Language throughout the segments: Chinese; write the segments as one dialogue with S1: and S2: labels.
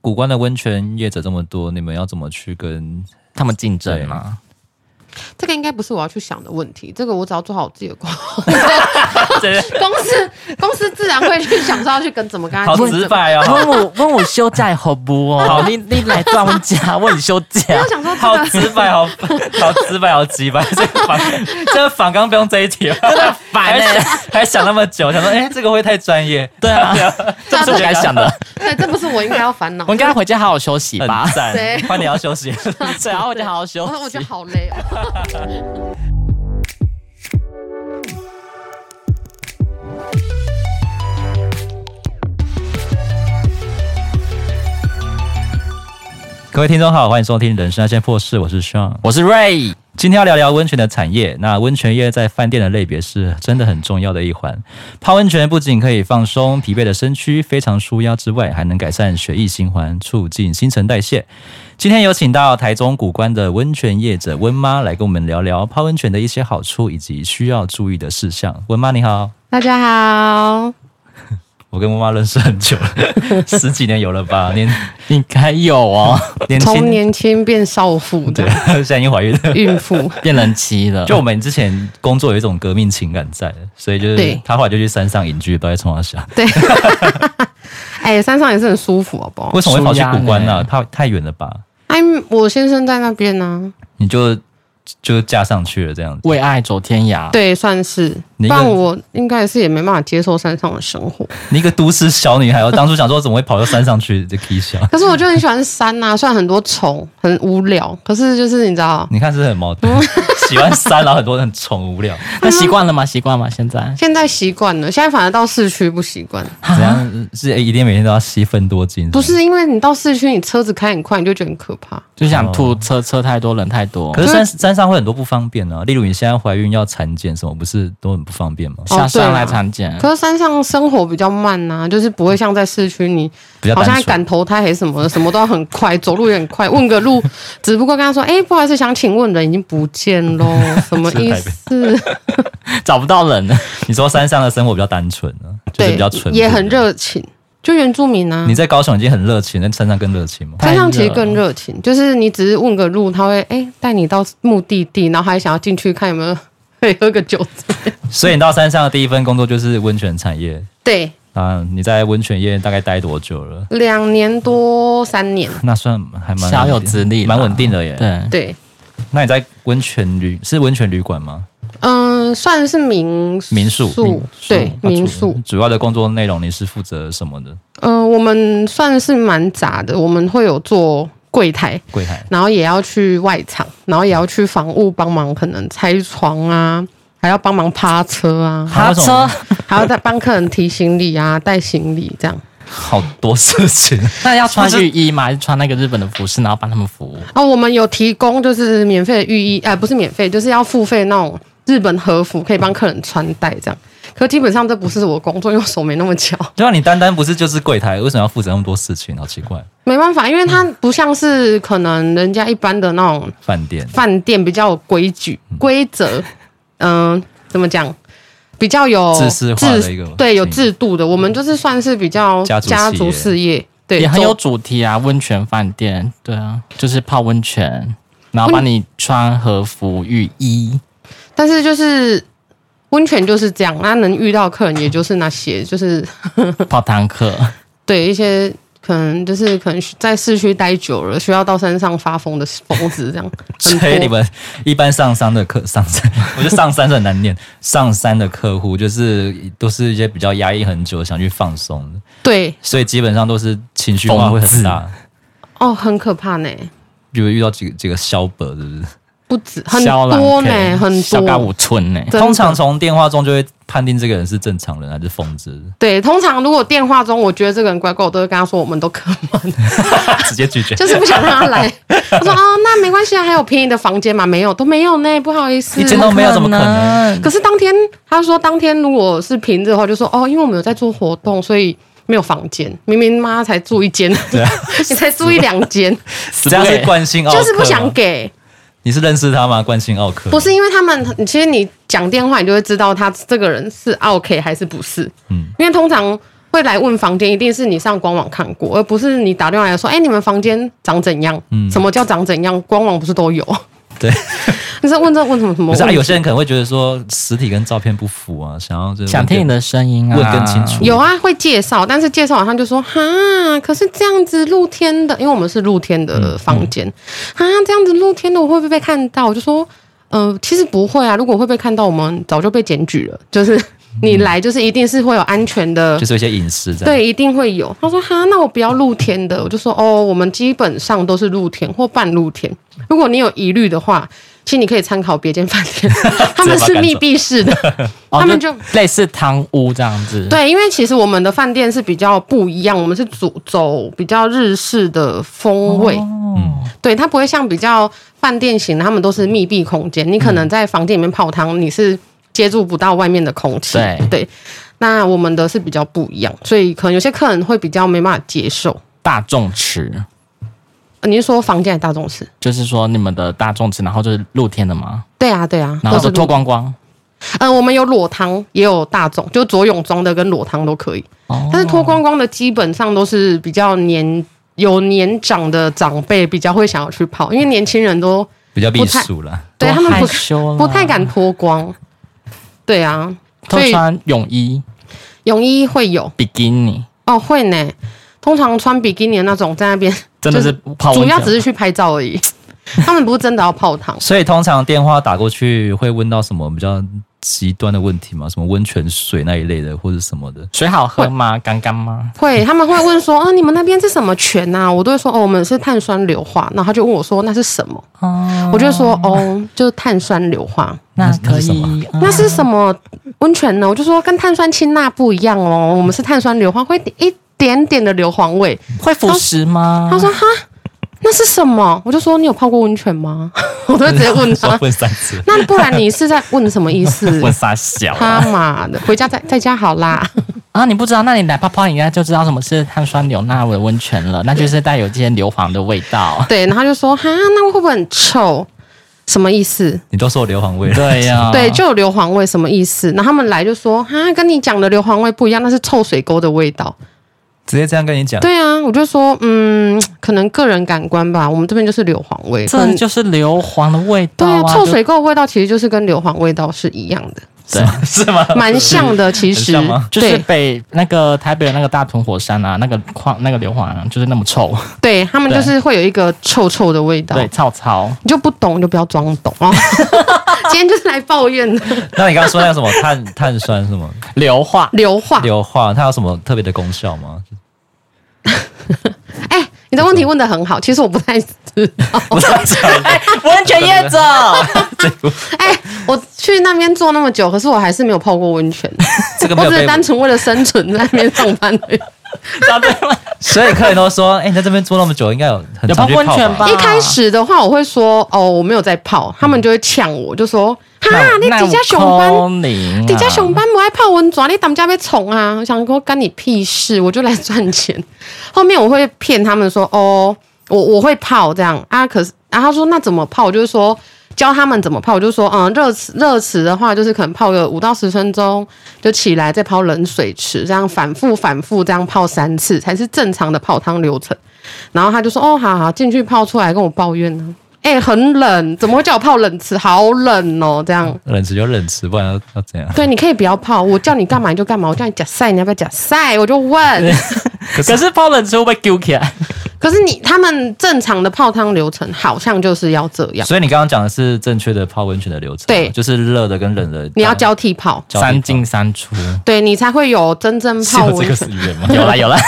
S1: 古关的温泉业者这么多，你们要怎么去跟？
S2: 他们竞争嘛，
S3: 这个应该不是我要去想的问题，这个我只要做好我 自己的工作，
S1: 真的
S3: 公司公司自然会去想说要去跟怎么跟他
S1: 好
S3: 竞争
S1: 直白哦，
S2: 问我问我休假好不哦？好，你你来断我假，问你休
S3: 因
S2: 假
S3: 为我，想说
S1: 好
S3: 这个
S1: 直白，好好直白，好直白。这个反这个反刚不用这一题了，真的
S2: 烦
S1: 还
S2: 欸
S1: 想还想那么久，想说哎、这个会太专业，
S2: 对啊，这
S3: 啊
S2: 是我该想的。
S3: 对，这不是我应该要烦恼
S2: 我。应该回家好好休息
S1: 很
S2: 吧。
S1: 赞
S3: 谁。
S1: 换你要休息，
S2: 对啊，我回家好好休
S3: 我说我觉得好累哦。
S1: 各位听众好，欢迎收听《人生那些破事》，我是 Sean。
S2: 我是 Ray，
S1: 今天要聊聊温泉的产业。那温泉业在饭店的类别是真的很重要的一环。泡温泉不仅可以放松疲惫的身躯，非常舒压之外，还能改善血液循环，促进新陈代谢。今天有请到台中古关的温泉业者温妈来跟我们聊聊泡温泉的一些好处以及需要注意的事项。温妈你好，
S3: 大家好，
S1: 我跟温妈认识很久了， 十几年有了吧？年
S2: 应该有哦，
S1: 年
S3: 从
S1: 轻
S3: 年轻变少妇
S1: 对
S3: 的，
S1: 现在已经怀孕了。
S3: 孕妇，
S2: 变人妻了。
S1: 就我们之前工作有一种革命情感在，所以就是
S3: 对
S1: 他后来就去山上隐居，不知道在冲他想。
S3: 对，哎，山上也是很舒服，好不好
S1: 为？什么会跑去古关
S2: 舒
S1: 呢、
S2: 压呢
S1: 太太远了吧？
S3: 哎，我先生在那边啊呢，
S1: 你就就架上去了这样子。
S2: 为爱走天涯，
S3: 对，算是，
S1: 你一
S3: 不
S1: 个人
S3: 然我应该也是也没办法接受山上的生活。
S1: 你一个都市小女孩，我当初想说怎么会跑到山上去？这 K 小，
S3: 可是我就很喜欢山呐、虽然很多虫，很无聊，可是就是你知道，
S1: 你看是不是很矛盾，
S3: 嗯
S1: 喜欢山，然后很多人很宠无聊，
S2: 那习惯了吗？习惯吗？现在
S3: 现在习惯了，现在反而到市区不习惯。
S1: 怎样是、欸一定每天都要吸分多精？
S3: 啊不，是因为你到市区，你车子开很快，你就觉得很可怕。
S1: 嗯
S2: 就想吐，车车太多，人太多
S1: 可。是山山上会很多不方便啊，例如你现在怀孕要产检什么，不是都很不方便吗？
S2: 下
S3: 对
S2: 山
S3: 啊
S2: 来产检，
S3: 可是山上生活比较慢呐、就是不会像在市区，你
S1: 比较
S3: 好像
S1: 单
S3: 在
S1: 纯。
S3: 赶投胎还是什么的，什么都要很快，走路也很快，问个路，只不过跟他说：“哎、不好意思，想请问人已经不见 喽，什么意思
S2: 找不到人了。
S1: 你说山上的生活比较单纯啊，？”就是
S3: 对
S1: 比较淳，朴
S3: 也很热情，就原住民啊
S1: 你。在高雄已经很热情，在山上更热情吗？
S3: 山上其
S2: 太热
S3: 实
S2: 了
S3: 更热情，就是你只是问个路，他会哎带、你到目的地，然后还想要进去看有没有可以喝个酒。
S1: 所以你到山上的第一份工作就是温泉产业
S3: 对，
S1: 啊。你在温泉业大概待多久了？
S3: 两年多三年，
S1: 那算还蛮
S2: 小有资历啦
S1: 蛮稳定的耶。，
S2: 对，
S3: 对，
S1: 那你在温泉旅是温泉旅馆吗？
S3: 嗯、算是民
S1: 民宿啊
S3: 宿对
S1: 那主
S3: 民宿。
S1: 主要的工作内容你是负责什么的？
S3: 嗯、我们算是蛮杂的，我们会有做柜台，
S1: 柜台。
S3: 然后也要去外场，然后也要去房屋帮忙，可能拆床啊，还要帮忙趴车啊，
S1: 他
S2: 爬
S1: 为什么
S2: 车。
S3: 还要再帮客人提行李啊，带行李这样。
S1: 好多事情，
S2: 那要穿浴衣吗？还是穿那个日本的服饰，然后帮他们服务？
S3: 哦，我们有提供就是免费的浴衣，呃，不是免费，就是要付费那种日本和服，可以帮客人穿戴这样。可基本上这不是我工作，因为我手没那么巧，
S1: 就让你单单不是就是柜台，为什么要负责那么多事情？好奇怪，
S3: 没办法，因为它
S1: 嗯
S3: 不像是可能人家一般的那种
S1: 饭店
S3: 饭店比较有规矩规 则，嗯、怎么讲，比较有
S1: 自私化的一个嗯
S3: 对有制度的，我们就是算是比较
S1: 家族
S3: 家
S1: 企
S3: 族
S1: 业。
S3: 事业，对，
S2: 也很有
S3: 走
S2: 主题啊，温泉饭店，对啊，就是泡温泉，然后帮你穿和服浴衣，
S3: 但是就是。温泉就是这样，那能遇到客人也就是那些，就是嗯
S2: 泡汤课，
S3: 对一些可能就是可能在市区待久了，需要到山上发疯的疯子这样 很
S1: 所以
S3: 多
S1: 你们一般上山的客上山， 我觉得上山是很难念。上山的客户就是都是一些比较压抑很久想去放松的，
S3: 对
S1: 所以基本上都是情绪化会很大。
S3: 哦，很可怕呢，
S1: 比如遇到几个几个消伯，是不是？
S3: 不止很
S2: 小懒
S3: 多
S2: 客
S3: 呢，很
S2: 小嘎五
S3: 多。
S2: 寸 呢，
S3: 真的
S1: 通常从电话中就会判定这个人是正常人还是疯子，
S3: 对，通常如果电话中我觉得这个人乖乖，我都会跟他说我们都客满，
S1: 直接拒绝。
S3: 就是不想让他来。我说哦，那没关系啊，还有便宜的房间嘛？没有，都没有呢，不好意思
S1: 一。见到没有，怎么可能？
S3: 可是当天他说当天如果是平日的话，就说哦，因为我们有在做活动，所以没有房间。明明妈才住一间，
S1: 对 啊，
S3: 你才住一两 间，
S1: 这样是惯性奥克吗，
S3: 就是不想给。
S1: 你是认识他吗？惯性奥克
S3: 不是因为他们，其实你讲电话，你就会知道他这个人是 OK 还是不是。
S1: 嗯
S3: 因为通常。会来问房间，一定是你上官网看过，而不是你打电话来说，哎、你们房间长怎样？
S1: 嗯
S3: 什么叫长怎样？官网不是都有？
S1: 对，
S3: 你在问这问什么什么
S1: 可
S3: 问
S1: 是
S3: 题？
S1: 啊，有些人可能会觉得说实体跟照片不符啊，想要就是
S2: 想听你的声音啊，
S1: 问更清楚
S3: 有啊，会介绍，但是介绍完他就说哈，可是这样子露天的，因为我们是露天的房间，
S1: 嗯
S3: 啊、这样子露天的我会不会被看到？我就说，呃，其实不会啊，如果会被看到，我们早就被检举了，就是你来就是一定是会有安全的。
S1: 嗯就是有一些隐私这样。
S3: 对，一定会有。他说哈，那我不要露天的。我就说哦，我们基本上都是露天或半露天。如果你有疑虑的话，其实你可以参考别间饭 店，他们是密闭式的，
S2: 哦，
S3: 他们就
S2: 类似贪污这样子。，
S3: 对，因为其实我们的饭店是比较不一样，我们是主走比较日式的风味，
S2: 哦
S3: 对，它不会像比较饭店型的，他们都是密闭空间，你可能在房间里面泡汤，你是接触不到外面的空气，
S2: 对
S3: 那我们的是比较不一样，所以可能有些客人会比较没办法接受。
S2: 大众池
S3: 呃你是说房间还是大众室？
S2: 就是说你们的大众池，然后就是露天的嘛，
S3: 对啊，对啊，
S2: 然后
S3: 都
S2: 就是脱光光。
S3: 嗯，我们有裸汤，也有大众，就着泳装的跟裸汤都可以。
S2: 哦
S3: 但是脱光光的基本上都是比较年有年长的长辈比较会想要去泡，因为年轻人都
S1: 比较避暑了。
S3: 对
S2: 多
S3: 他们
S2: 害
S3: 不
S2: 羞啊啦
S3: 不太敢脱光。对啊，
S2: 都
S3: 所以
S2: 穿泳衣、
S3: 泳衣会有
S2: 比基尼，
S3: 哦，会呢。通常穿比基尼的那种在那边，
S2: 真的是泡温
S3: 主
S2: 泉啊
S3: 要只是去拍照而已。他们不是真的要泡汤，
S1: 所以通常电话打过去会问到什么比较极端的问题吗？什么温泉水那一类的，或者什么的？
S2: 水好喝吗？刚刚吗？
S3: 会他们会问说啊，你们那边是什么泉呐、我都会说哦，我们是碳酸硫化。然后他就问我说那是什么？
S2: 哦，
S3: 我就说哦，就是碳酸硫化。
S2: 那
S1: 那
S2: 可
S1: 是什
S2: 以，嗯
S3: 那是什么温泉呢？我就说跟碳酸氢钠不一样哦，我们是碳酸硫磺，会一点点的硫磺味。
S2: 会腐蚀吗？？
S3: 他说哈，那是什么？我就说你有泡过温泉吗？ 我都会直接问
S1: 说
S3: 他。，
S1: 问三次
S3: 那不然你是在问什么意思
S2: 问傻小
S3: 他妈的，回家在在家好啦。。
S2: 啊！你不知道，那你来泡泡饮料就知道什么是碳酸硫钠的温泉了，那就是带有这些硫磺的味道
S3: 对，然后他就说哈，那会不会很臭？什么意思？
S1: 你都说我硫磺 味了，
S2: 对呀、
S3: 对，就有硫磺味，什么意思？然后他们来就说哈，跟你讲的硫磺味不一样，那是臭水沟的味道。
S1: 直接这样跟你讲。
S3: 对啊，我就说，嗯，可能个人感官吧，我们这边就是硫磺味，可
S2: 这
S3: 能
S2: 就是硫磺的味道
S3: 对啊，臭
S2: 就
S3: 水沟的味道其实就是跟硫磺味道是一样的，
S2: 对，
S1: 是吗？
S3: 蛮像的，其实
S1: 很像吗
S2: 就是
S3: 对
S2: 北那个台北的那个大屯火山啊，那个矿那个硫磺啊就是那么臭，
S3: 对，他们就是会有一个臭臭的味道，
S2: 对，臭臭。
S3: 你就不懂你就不要装懂 哦。今天就是来抱怨的，
S1: 那你刚刚说那个什么碳碳酸什么
S2: 硫化
S3: 硫化。
S1: 硫化，它有什么特别的功效吗？
S3: 哎、你的问题问的很好，其实我不太 知道。
S1: 不是这样的，
S2: 温泉业 者，
S3: 哎、我去那边做那么久，可是我还是没有泡过温泉，
S1: 这个没
S3: 我
S1: 有
S3: 只是
S1: 被。
S3: 单纯为了生存在那边上班而已。
S2: 答对吗？
S1: 所以客人都说，哎、你在这边做那么久，应该有很
S2: 有
S1: 常
S2: 泡
S1: 去
S2: 温泉
S1: 吧
S2: 吧？
S3: 一开始的话，我会说哦，我没有在泡，他们就会呛我，就说哈，你底下熊班，
S2: 班，
S3: 底下熊班不爱泡温泉，你当家被宠啊！我想说干你屁事，我就来赚钱。 后面我会骗他们说哦，我我会泡这样啊，可是然后他说那怎么泡？我就是说。教他们怎么泡，我就说，嗯，热池热池的话，就是可能泡个五到十分钟，就起来再泡冷水池，这样反复反复这样泡三次，才是正常的泡汤流程。然后他就说：“哦，好好，进去泡出来跟我抱怨呢、哎、很冷，怎么会叫我泡冷池？好冷哦，这样。
S1: 冷池就冷池，不然要要怎样？
S3: 对，你可以不要泡，我叫你干嘛你就干嘛，我叫你假晒，你要不要假晒？我就问。
S2: 可是泡冷之后被啊丢起 来，
S3: 可是你他们正常的泡汤流程好像就是要这样，
S1: 所以你刚刚讲的是正确的泡温泉的流程，
S3: 对
S1: 就是热的跟冷的，
S3: 你要交替泡，
S1: 交替泡
S2: 三进三出，
S3: 对你才会有真正
S1: 是
S3: 泡
S1: 有这
S3: 温
S1: 个
S3: 泉，
S1: 语言吗？
S2: 有啦 有啦，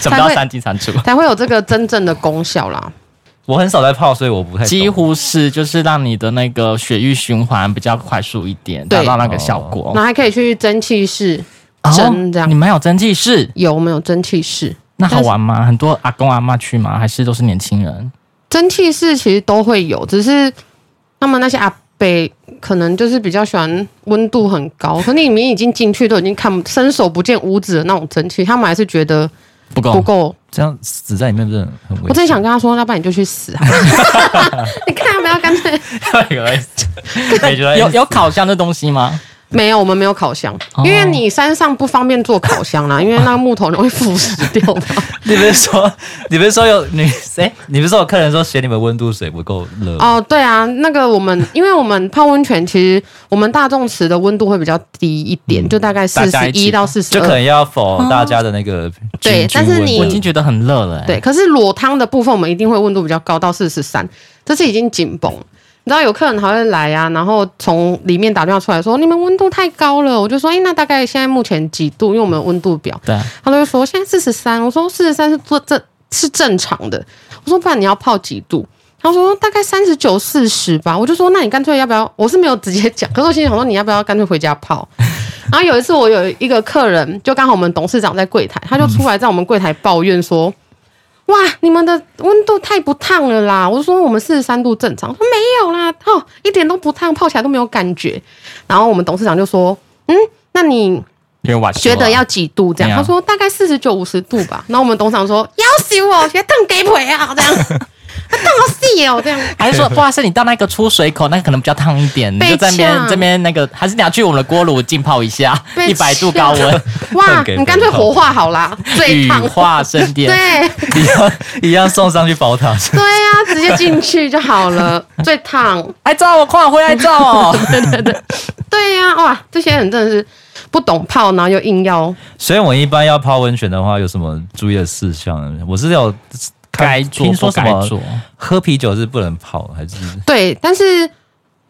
S2: 什么叫三进三出？
S3: 才会有这个真正的功效啦。
S1: 我很少在泡，所以我不太懂
S2: 几乎是就是让你的那个血液循环比较快速一点，
S3: 对
S2: 达到那个效果
S3: 然。后还可以去蒸汽室，
S2: 哦
S3: 蒸这样
S2: 你们有蒸汽室，
S3: 有没有蒸汽室？
S2: 那好玩吗？很多阿公阿妈去吗？还是都是年轻人？
S3: 蒸汽室其实都会有，只是他们那些阿北可能就是比较喜欢温度很高，可你们已经进去都已经看不伸手不见五指的那种蒸汽，他们还是觉得
S2: 不
S3: 不
S2: 够，
S3: 够。
S1: 这样死在里面，不是很很危险？
S3: 我真的想跟他说，要不然你就去死好了。 你看要不要干脆？
S1: 有
S2: 有有烤箱的东西吗？
S3: 没有，我们没有烤箱，
S2: 哦
S3: 因为你山上不方便做烤箱啦，因为那个木头容易腐蚀掉 的。
S1: 你不是说，你不是说有你谁、你不是说有客人说嫌你们温度水不够热？
S3: 哦，对啊，那个我们，因为我们泡温泉，其实我们大众池的温度会比较低一点，就大概
S2: 嗯大
S3: 四
S2: 家
S3: 十
S2: 一起
S3: 一到四十
S1: 就可
S3: 二。
S1: 能要否大家的那个均、
S3: 呃对
S1: 均
S3: 但是
S1: 温
S2: 我
S3: 你
S2: 已经觉得很热了、欸。
S3: 嗯对，可是裸汤的部分，我们一定会温度比较高到四十三，这是已经紧绷。你知道有客人还会来啊，然后从里面打电话出来说你们温度太高了，我就说，哎，那大概现在目前几度？因为我们有温度表，
S2: 对，啊
S3: 他都会说现在四十三，我说四十三是做这是正常的，我说不然你要泡几度？他说大概三十九、四十吧，我就说那你干脆要不要？我是没有直接讲，可是我心里想说你要不要干脆回家泡？然后有一次我有一个客人，就刚好我们董事长在柜台，他就出来在我们柜台抱怨说。哇，你们的温度太不烫了啦！我就说我们四十三度正常，他说没有啦，哦，一点都不烫，泡起来都没有感觉。然后我们董事长就说，嗯，那你
S2: 因为晚
S3: 觉得要几度这样？
S2: 对啊
S3: 他说大概四十九、五十度吧。然后我们董事长说：“要死我，学烫给腿啊，这样， 啊烫好细哦，这样。
S2: 还是 说，不好意思，你到那个出水口，那个可能比较烫一点，你
S3: 被
S2: 就在那边
S3: 呛
S2: 这边那个，还是你要去我们的锅炉浸泡一下，
S3: 被
S2: 一百度
S3: 呛
S2: 高 温，
S3: 哇
S1: 烫，给腿
S3: 你干脆火化好啦，最
S2: 羽
S3: 烫。
S2: 化升
S3: 对
S2: 天。
S1: 一样 一样送上去煲汤。
S3: 对啊，直接进去就好 了，最烫。
S2: 哎，照我快回来照 哦。
S3: 对呀、哇，这些人真的是不懂泡，然后又硬要
S1: 所以我一般要泡温泉的话，有什么注意的事项？我是有看
S2: 该做
S1: 听说
S2: 不
S1: 什
S2: 该
S1: 么
S2: 做，
S1: 喝啤酒是不能泡，还是
S3: 对，但是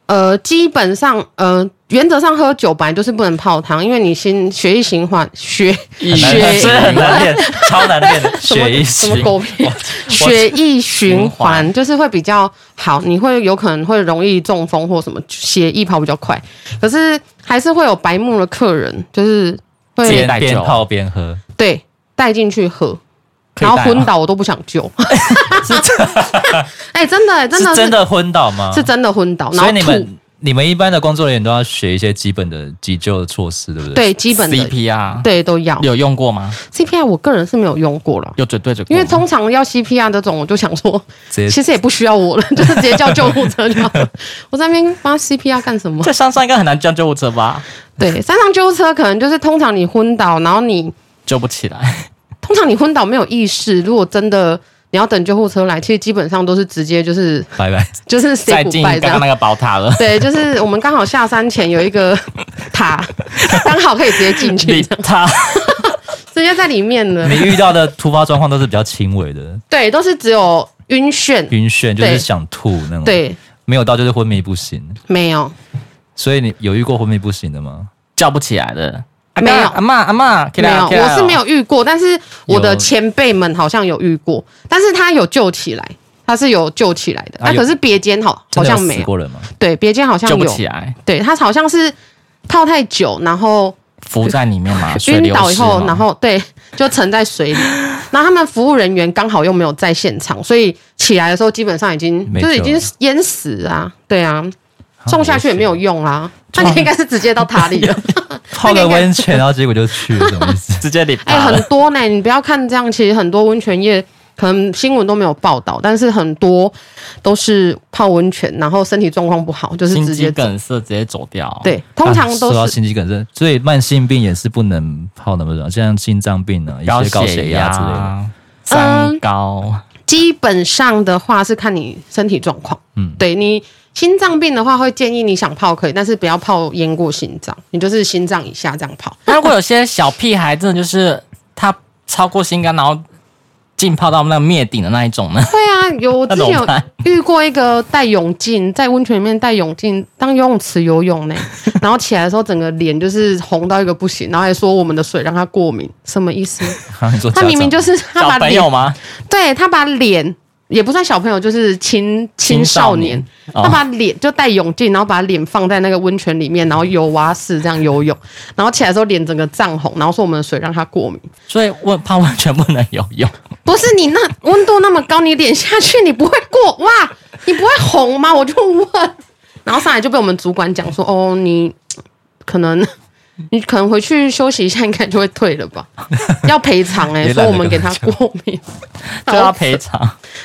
S3: 呃，基本上呃，原则上喝酒本来就是不能泡汤，因为你心血液循环血
S1: 很
S3: 血
S1: 难真的很 难练，超难练的
S3: 什么
S1: 血液
S3: 什么
S1: 型。
S3: 狗屁，血 液哦循环就是会比较好，你会有可能会容易中风或什么，血液跑比较快。可是还是会有白目的客人，就是
S2: 自己
S3: 会
S2: 带
S1: 边
S2: 酒
S1: 边泡边喝，
S3: 对带进去喝，
S2: 可以带
S3: 然
S2: 啊
S3: 后昏倒，我都不想救。哎、真的、真
S1: 是
S3: 的是
S1: 真的昏倒吗？
S3: 是真的昏倒，
S1: 所
S3: 然
S1: 以
S3: 后
S1: 你
S3: 吐。
S1: 们你们一般的工作人员都要学一些基本的急救措施，对不对？
S3: 对，基本的
S2: CPR
S3: 对都要。
S2: 啊有用过吗？
S3: CPR 我个人是没有用过了，
S2: 有嘴对嘴过
S3: 因
S2: 吗，
S3: 为通常要 CPR 这种，我就想说，
S1: 直接
S3: 其实也不需要我了， 就是直接叫救护车就好了。我在那边帮他 CPR 干什么？
S2: 在山上应该很难叫救护车 吧？
S3: 对，山上救护车可能就是通常你昏倒，然后你
S2: 救不起来，
S3: 通常你昏倒没有意识，如果真的你要等救护车来，其实基本上都是直接就是
S1: 拜拜。
S3: 就是
S2: 再
S3: say
S2: 进
S3: goodbye
S2: 刚
S3: 这
S2: 刚
S3: 样
S2: 那。个宝塔了。
S3: 对，就是我们刚好下山前有一个塔，刚好可以直接进去
S2: 你，他
S3: 直接在里面了
S1: 你。遇到的突发状况都是比较轻微的，
S3: 对，都是只有晕眩。
S1: 晕眩就是
S3: 对
S1: 想吐那种，，
S3: 对，
S1: 没有到就是昏迷不醒。
S3: 没有，
S1: 所以你有遇过昏迷不醒的吗？
S2: 叫不起来的，阿
S3: 没有
S2: 阿妈阿妈，起
S3: 没
S2: 来
S3: 有，
S2: 哦起来
S3: 我
S2: 哦
S3: 是没有遇过，但是我的
S1: 有
S3: 前辈们好像有遇过，但是他有救起来，他是有救起来的。
S1: 啊
S3: 那
S1: 有
S3: 可是别间好好
S1: 真的
S3: 像没
S1: 死
S3: 有。
S1: 过人吗？
S3: 对，别间好像
S2: 救不
S3: 有，
S2: 起啊来，
S3: 对他好像是泡太久，然后
S2: 浮在里面嘛，水
S3: 晕
S2: 流
S3: 倒以
S2: 失
S3: 后，
S2: 嘛
S3: 然后对就沉在水里，然后他们服务人员刚好又没有在现场，所以起来的时候基本上已经
S1: 没
S3: 就是已
S1: 救
S3: 经
S1: 了
S3: 淹死啊，对啊，送下去也没有用啦、他应该是直接到塔里了，
S1: 泡个温泉，然后结果就去了，什么意 思？啊
S2: 直接你
S3: 哎、
S2: 打
S3: 很
S2: 了，
S3: 多呢，你不要看这样，其实很多温泉业。可能新闻都没有报道，但是很多都是泡温泉，然后身体状况不好，就是
S2: 心
S3: 直
S2: 肌
S3: 接
S2: 梗塞直接走掉。，
S3: 对，通常
S1: 啊
S3: 都
S1: 说到
S3: 是
S1: 心肌梗塞，所以慢性病也是不能泡那么热，像心脏病啊，一
S2: 高
S1: 些高
S2: 血
S1: 血压之类的。
S2: 压、三
S3: 嗯
S2: 高，
S3: 基本上的话是看你身体状况，
S1: 嗯
S3: 嗯，对你心脏病的话，会建议你想泡可以，但是不要泡淹过心脏，你就是心脏以下这样泡。
S2: 那如果有些小屁孩真的就是他超过心肝，然后浸泡到那个灭顶的那一种呢？
S3: 对啊，有我
S2: 那
S3: 之
S2: 怎
S3: 前
S2: 么
S3: 有
S2: 办？
S3: 遇过一个戴泳镜，在温泉里面戴泳镜当游泳池游泳 呢，然后起来的时候整个脸就是红到一个不行，然后还说我们的水让他过敏，什么 意思？
S1: 啊你说
S3: 他
S1: 家
S3: 明明
S1: 长
S3: 就是他
S2: 小
S3: 把
S2: 朋
S3: 脸
S2: 友，吗？
S3: 对他把脸也不算小朋友，就是青青少年。他
S2: 哦，
S3: 把脸就戴泳镜，然后把脸放在那个温泉里面，然后游蛙式这样游泳，然后起来之后脸整个涨红，然后说我们的水让他过敏。
S2: 所以问泡温泉不能游泳，
S3: 不是你那温度那么高，你脸下去你不会过 哇？你不会红吗？我就问，然后上来就被我们主管讲说，哦，你可能你可能回去休息一下，应该就会退 了吧？要赔偿哎、
S1: 也懒得
S3: 说我们给他过敏，
S2: 就要赔偿。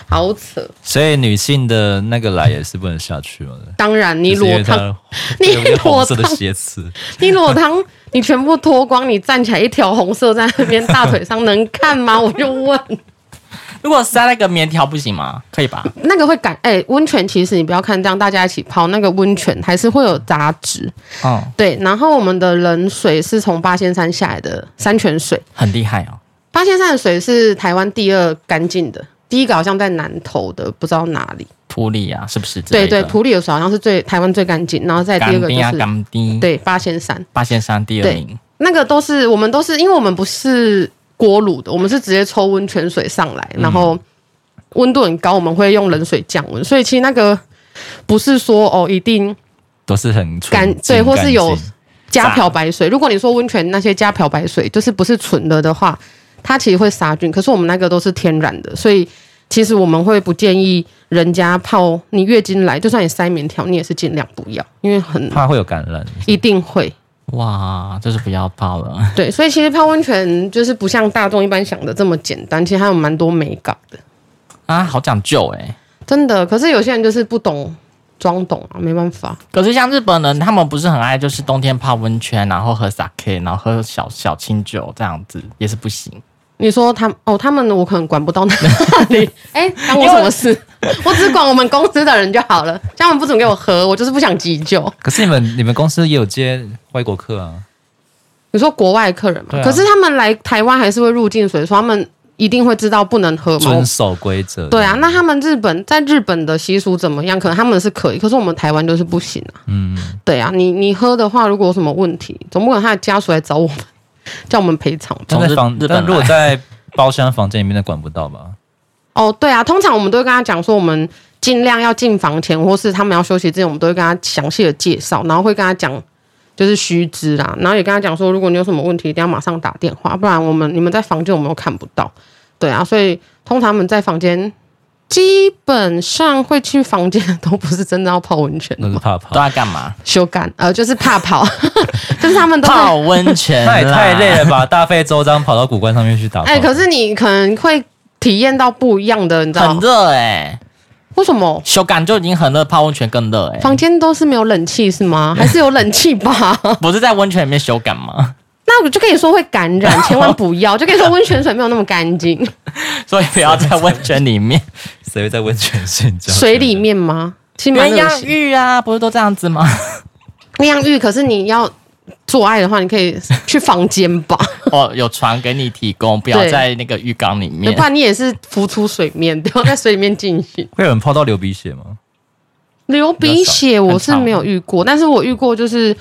S3: 好扯。
S1: 所以女性的那个来也是不能下去嘛，
S3: 当然，你
S1: 就是因
S3: 裸
S1: 为
S3: 汤，
S1: 它
S3: 你
S1: 有那个
S3: 裸
S1: 红色的
S3: 汤
S1: 血刺，
S3: 你裸汤，你全部脱光，你站起来一条红色在那边大腿上能看吗？我 就问，
S2: 如果塞那个棉条不行吗？可以吧？
S3: 那个会感哎，温、泉其实你不要看这样，大家一起泡那个温泉还是会有杂质。
S2: 嗯，
S3: 对，然后我们的冷水是从八仙山下来的山泉水，
S2: 很厉害哦。
S3: 八仙山的水是台湾第二干净的，第一个好像在南投的，不知道哪里。
S2: 普里啊，是不是之类
S3: 对
S2: 的？
S3: 对，普里的水好像是最台湾最干净，然后再第二
S2: 港
S3: 个就
S2: 丁啊，
S3: 是
S2: 港丁，，
S3: 对八仙山，
S2: 八仙山第二名，
S3: 那个都是我们都是因为我们不是锅炉的，我们是直接抽温泉水上来，然后温度很高，我们会用冷水降温，所以其实那个不是说哦一定
S1: 都是很纯
S3: 干
S1: 净
S3: 对或是
S1: 干
S3: 有
S1: 净
S3: 加漂白水。如果你说温泉那些加漂白水，就是不是纯的的话，它其实会杀菌。可是我们那个都是天然的，所以其实我们会不建议人家泡。你月经来，就算你塞棉条，你也是尽量不要，因为很
S1: 怕会有感染。
S3: 一定会。
S2: 哇，就是不要泡了。
S3: 对，所以其实泡温泉就是不像大众一般想的这么简单，其实还有蛮多美感的，
S2: 啊，好讲究哎、
S3: 真的。可是有些人就是不懂装懂啊，没办法。
S2: 可是像日本人，他们不是很爱就是冬天泡温泉，然后喝 sake，然后喝小小清酒这样子，也是不行。
S3: 你说他哦，他们我可能管不到那里， 哎，关我什么 事？我只管我们公司的人就好了。他们不准给我喝，我就是不想急救。
S1: 可是你们你们公司也有接外国客啊？
S3: 你说国外客人嘛，
S1: 对啊
S3: 可是他们来台湾还是会入境，所以说他们一定会知道不能喝嘛。
S1: 遵守规则。
S3: 对啊，那他们日本在日本的习俗怎么样？可能他们是可以，可是我们台湾就是不行啊。
S1: 嗯，
S3: 对啊，你你喝的话，如果有什么问题，总不可能他的家属来找我们， 叫我们赔偿吧。
S1: 但
S2: 从
S1: 在
S2: 日
S1: 房，
S2: 日本
S1: 但如果
S2: 来
S1: 在包厢房间里面，那管不到吧？
S3: 哦，对啊，通常我们都会跟他讲说，我们尽量要进房前，或是他们要休息之前，我们都会跟他详细的介绍，然后会跟他讲就是须知啦，然后也跟他讲说，如果你有什么问题，一定要马上打电话，不然我们你们在房间我们又看不到。对啊，所以通常我们在房间。基本上会去房间的都不是真的要泡温泉
S1: 那
S3: 的
S1: 是
S3: 嘛，
S1: 怕
S2: 都
S1: 怕。
S2: 要干嘛？
S3: 修改呃就是怕跑， 就是他们都是
S2: 泡温泉啦，
S1: 那也太累了吧！大费周章跑到古关上面去打炮。
S3: 哎、可是你可能会体验到不一样的，你知道
S2: 很
S3: 吗
S2: 热哎、
S3: 为什么？
S2: 修感就已经很热，泡温泉更热 哎、
S3: 房间都是没有冷气是吗？还是有冷气 吧？
S2: 不是在温泉里面修感吗？
S3: 那我就跟你说会感染，千万不要。就跟你说温泉水没有那么干净，
S2: 所以不要在温泉里 面。
S1: 谁会在温泉睡觉？
S3: 水里面吗？其实蛮
S2: 鸳
S3: 恶
S2: 鸯
S3: 心。
S2: 浴啊，不是都这样子 吗？
S3: 鸳鸯浴，可是你要做爱的话，你可以去房间 吧，
S2: 哦，有船给你提供，不要
S3: 对
S2: 在那个浴缸里面
S3: 不。然你也是浮出水面，不要在水里面进 行。
S1: 会有人泡到流鼻血吗？
S3: 流鼻血我是
S2: 很长
S3: 没有遇过，但是我遇过就是，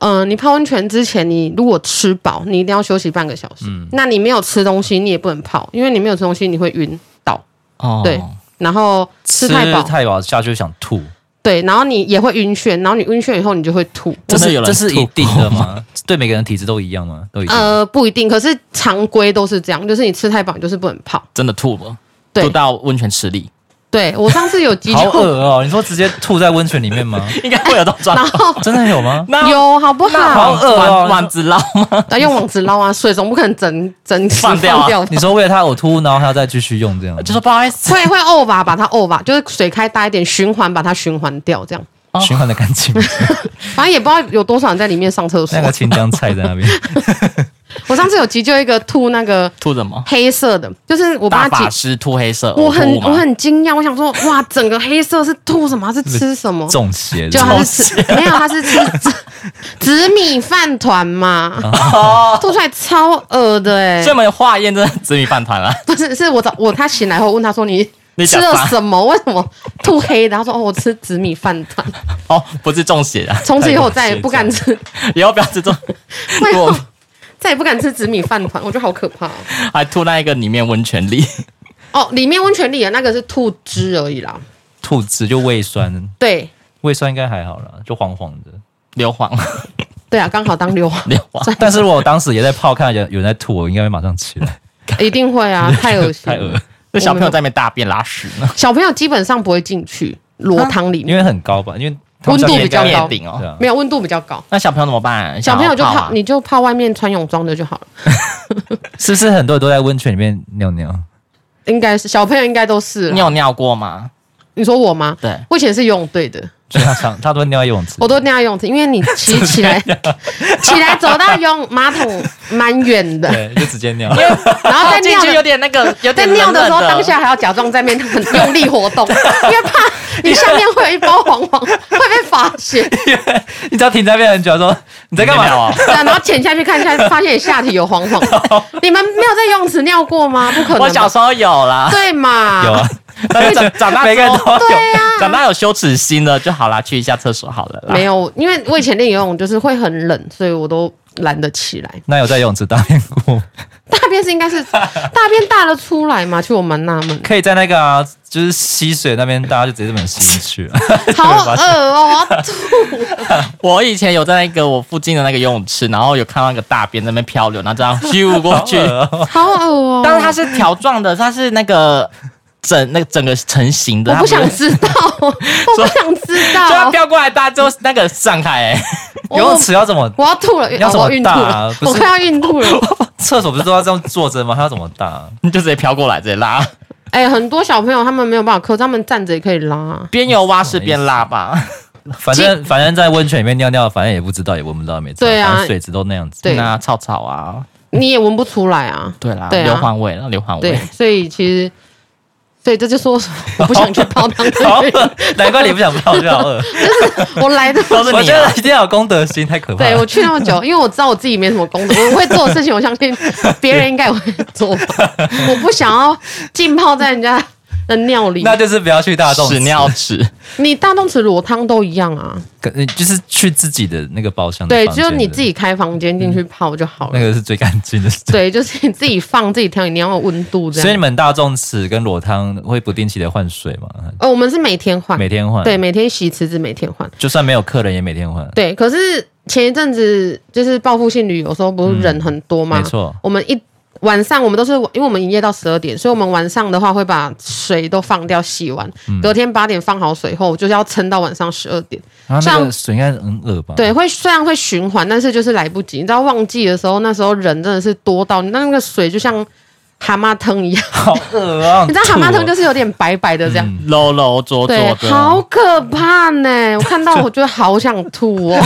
S3: 嗯、你泡温泉之前，你如果吃饱，你一定要休息半个小时。
S2: 嗯
S3: 那你没有吃东西，你也不能泡，因为你没有吃东西，你会晕倒。
S2: 哦，
S3: 对然后吃太饱，
S1: 太饱下去就想吐，
S3: 对，然后你也会晕眩，然后你晕眩以后你就会吐。
S2: 真的有人
S1: 这是这是
S2: 吐
S1: 一定的吗？对每个人体质都一样吗？都一样。
S3: 呃，不一定，可是常规都是这样，就是你吃太饱你就是不能泡。
S2: 真的吐了，
S3: 对
S2: 吐到温泉池里，
S3: 对我上次有急
S1: 好
S3: 救，
S1: 恶哦！你说直接吐在温泉里面吗？
S2: 应该会有这 种状
S3: 然
S2: 况。
S3: 后
S1: 真的有 吗？
S2: 啊那
S3: 有好不
S1: 好
S3: 好？
S1: 恶哦
S2: 碗碗子捞吗？
S3: 啊，用网子捞啊，水总不可能整整池
S2: 放掉啊
S3: 掉吧
S1: 你说为了他呕吐，然后还要再继续用这样？
S2: 就说不好意思，
S3: 会会呕吧，把它呕吧，就是水开大一点，循环把它循环掉，这样。
S2: 哦
S1: 循环的干净，
S3: 反正也不知道有多少人在里面上厕所
S1: 那。个青江菜在那边，
S3: 我上次有急救一个吐那个
S2: 吐什么？
S3: 黑色的，就是我
S2: 大
S3: 帮
S2: 法
S3: 他急，
S2: 师吐黑色，
S3: 我很
S2: 呕吐吗
S3: 我很惊讶，我想说哇，整个黑色是吐什么？它是吃什么？
S1: 中邪
S3: 就他是吃 没有，他是吃紫紫米饭团嘛， 吐出来超恶的哎、
S2: 所以我们化验真的紫米饭团啊了，
S3: 不是，是我早我他醒来后问他说你
S2: 你
S3: 吃
S2: 讲
S3: 了
S2: 啥
S3: 什么？为什么吐黑的？他说哦，我吃紫米饭团，
S2: 哦，不是中邪啊，
S3: 从此以后我再也不敢吃，
S2: 以后不要吃 中，
S3: 为什
S2: 我
S3: 么 再也不敢吃紫米饭团？我觉得好可怕哦、
S2: 还吐那一个里面温泉里，
S3: 哦，里面温泉里的那个是吐汁而已啦。
S1: 吐汁就胃酸，
S3: 对
S1: 胃酸应该还好啦，就黄黄的。
S2: 硫磺，
S3: 对啊，刚好当 溜滑，
S2: 硫磺，
S1: 但是如果我当时也在泡，看到有有人在吐，我应该会马上起来。
S3: 一定会啊，太恶心
S1: 太恶
S3: 了
S1: 了。，
S2: 那小朋友在那边大便拉屎呢，
S3: 小朋友基本上不会进去裸汤里
S1: 因
S3: 面，
S1: 为很高吧，因为他们
S3: 温
S1: 叫
S3: 度
S1: 面
S3: 比较
S1: 干
S2: 灭
S3: 高
S2: 顶哦
S1: 对。啊
S3: 没有温度比较高。
S2: 那小朋友怎么办？
S3: 小朋友就
S2: 想要泡啊
S3: 泡，
S2: 吗
S3: 你就泡外面穿泳装的就好了。
S1: 是不是很多人都在温泉里面尿尿？
S3: 应该是小朋友应该都是啦。
S2: 你有尿过吗？
S3: 你说我吗？
S2: 对，
S3: 我以前是游泳队的，
S1: 所以他常他都会尿在游泳池。
S3: 我都那样用，因为你骑 起来， 起来走到用马桶蛮远的，
S1: 对，就直接尿。
S3: 然后在
S2: 哦进
S3: 尿
S2: 去有
S3: 的
S2: 点那个，有
S3: 在
S2: 点
S3: 尿的时候，
S2: 冷冷
S3: 当下还要假装在面很 用力活动，因为怕你下面会有一包黄 黄会被发现，
S1: 你只要停在那边很久，说你在干
S2: 你在尿
S1: 嘛
S2: 啊？
S3: 对啊，然后潜下去看一下，发现你下体有黄 黄。你们没有在游泳池尿过吗？不可能吧，
S2: 我小时候有啦，
S3: 对嘛？
S1: 有啊，
S2: 但是长长大
S1: 每
S2: 之
S1: 个人
S2: 后
S1: 都有。
S2: 长大有羞耻心了就好啦，去一下厕所好了啦。
S3: 啊没有，因为我以前练游泳就是会很冷，所以我都懒得起来。
S1: 那有在游泳池大便过？
S3: 大便是应该是 大便大了出来嘛？其实我蛮纳 闷的，
S1: 可以在那个啊，就是溪水那边，大家就直接这么吸进去了。啊
S3: 好恶哦！我要吐
S2: 我以前有在那个我附近的那个游泳池，然后有看到那个大便在那边漂流，然后这样咻过去，
S3: 好恶啊 哦！
S2: 但是它是条状的，它是那个整那个整个成型的，
S3: 我
S2: 它
S3: 不
S2: 是
S3: 想知 道，我不想知
S2: 就它
S3: 道，
S2: 飘过来，大家就那个散开、欸，
S1: 游
S3: 我
S1: 泳池要怎么？
S3: 我要吐了，
S1: 你要
S3: 哦
S1: 怎么
S3: 我要孕吐
S1: 大啊
S3: 了，
S1: 不是
S3: 我快要孕吐了。
S1: 厕所不是都要这样坐着吗？他要怎么大？
S2: 你就直接飘过来，直接拉，
S3: 哎，很多小朋友他们没有办法克制，他们站着也可以拉。
S2: 边游蛙式边拉吧。
S1: 反正反正在温泉里面尿尿，反正也不知道，也闻不到，没知道
S3: 对啊
S1: 反正水质都那样子。
S3: 对
S2: 嗯啊，草草啊，
S3: 你也闻不出来 啊。
S2: 对啦，
S3: 对啊
S2: 硫磺味了，硫磺
S3: 对
S2: 味。，
S3: 所以其实，所以这就是我我不想去泡汤 的
S1: 好
S3: 原因，
S1: 饿， 难怪你不想泡尿 饿。
S3: 我来的。
S2: 都是
S1: 我
S2: 你
S1: 觉
S2: 啊
S1: 得一定要有公德心，太可怕
S3: 对我
S1: 了。
S3: 去那么 久，因为我知道我自己没什么工作，我会做的事情，我相信别人应该也会做吧。我不想要浸泡在人家的尿里，
S1: 那就是不要去大众池
S2: 屎尿池，
S3: 你大动池裸汤都一样啊。
S1: 可就是去自己的那个包厢的
S3: 对，
S1: 嗯房
S3: 只
S1: 间的。嗯
S3: 有你自己开房间进去泡就好了。
S1: 那个是最干净的。
S3: 对，就是你自己放自己调，你要有温度这
S1: 所以你
S3: 样。
S1: 们大众池跟裸汤会不定期的换水吗？
S3: 呃，我们是每天换，
S1: 每天换？
S3: 对，，每天洗池子，每天换。
S1: 就算没有客人也每天换。
S3: 对，可是前一阵子就是报复性旅游的时候，不是
S1: 嗯
S3: 人很多吗？
S1: 没错
S3: 我们一晚上我们都是因为我们营业到十二点，所以我们晚上的话会把水都放掉洗完，隔天八点放好水后，就是要撑到晚上十二点。
S1: 然啊后那
S3: 像
S1: 个水应该很恶吧？
S3: 对，，会虽然会循环，但是就是来不及。你知道旺季的时候，那时候人真的是多到那那个水就像蛤蟆汤一样，
S1: 好恶啊！
S3: 你知道 蛤蟆汤就是是有点白白的这样。
S2: 揉揉做做啊
S3: 对，
S2: 的，
S3: 好可怕呢！我看到我就好想吐哦。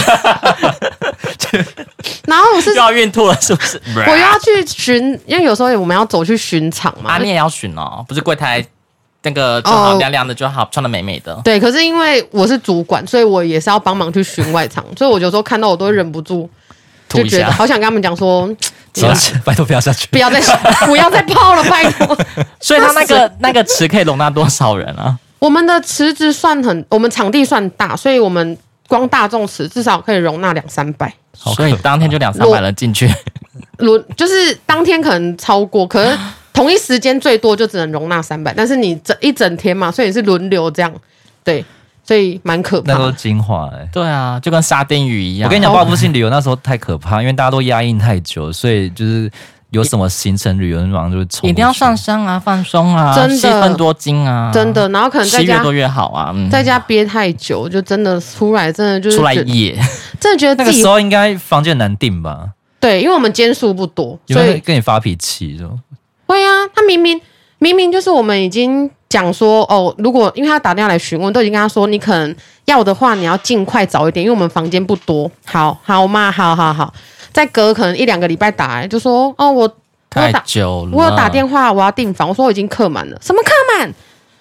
S3: 然后我是
S2: 又要孕吐了是不是？
S3: 我又要去巡，因为有时候我们要走去巡场嘛。
S2: 啊，你也要选哦，不是柜台那个正
S3: 哦
S2: 好亮亮的就好，穿的美美的。
S3: 对，可是因为我是主管，所以我也是要帮忙去巡外场，所以我有时候看到我都会忍不住
S2: 吐
S3: 就
S2: 一
S3: 觉得
S2: 下，
S3: 好想跟他们讲说，
S1: 走下
S3: 啊
S1: 去，拜托不要下去
S3: 不。要再 不要再泡了，拜托。
S2: 所以他 那个那个池可以容纳多少人 啊？
S3: 我们的池子算很，我们场地算大，所以我们光大众池至少可以容纳两三百。
S1: 好可怕
S2: 所以当天就两三百人进去，
S3: 轮就是当天可能超过，可是同一时间最多就只能容纳三百，但是你整一整天嘛，所以你是轮流这样，对，所以蛮可怕哦
S1: 那都
S3: 的
S1: 是。精华哎、
S2: 对啊，就跟沙丁鱼一样。
S1: 我跟你讲，报复性旅游那时候太可怕，因为大家都压抑太久，所以就是有什么行程旅游，马上就会冲。
S2: 一定要上，山啊，放松啊，
S3: 真的
S2: 细分多精啊，
S3: 真，的，然后可能在
S2: 吃越
S3: 家
S2: 多越好啊。嗯，
S3: 在家憋太久，就真的出来，真的就是
S2: 出来
S3: 觉得
S2: 野，
S3: 真的觉得
S1: 那
S3: 自
S1: 个
S3: 己
S1: 时候应该房间很难订吧？
S3: 对，因为我们间数不多，
S1: 有
S3: 所
S1: 没有
S3: 以
S1: 跟你发脾气？就
S3: 会啊。他明明明明就是我们已经讲说哦，如果因为他打电话来询问，都已经跟他说你可能要的话，你要尽快早一点，因为我们房间不多。好好嘛，好好好，再隔可能一两个礼拜打来就说哦，我
S2: 太
S3: 我打
S2: 久了。
S3: 我有打电话，我要订房，我说我哦已经客满了，什么客满？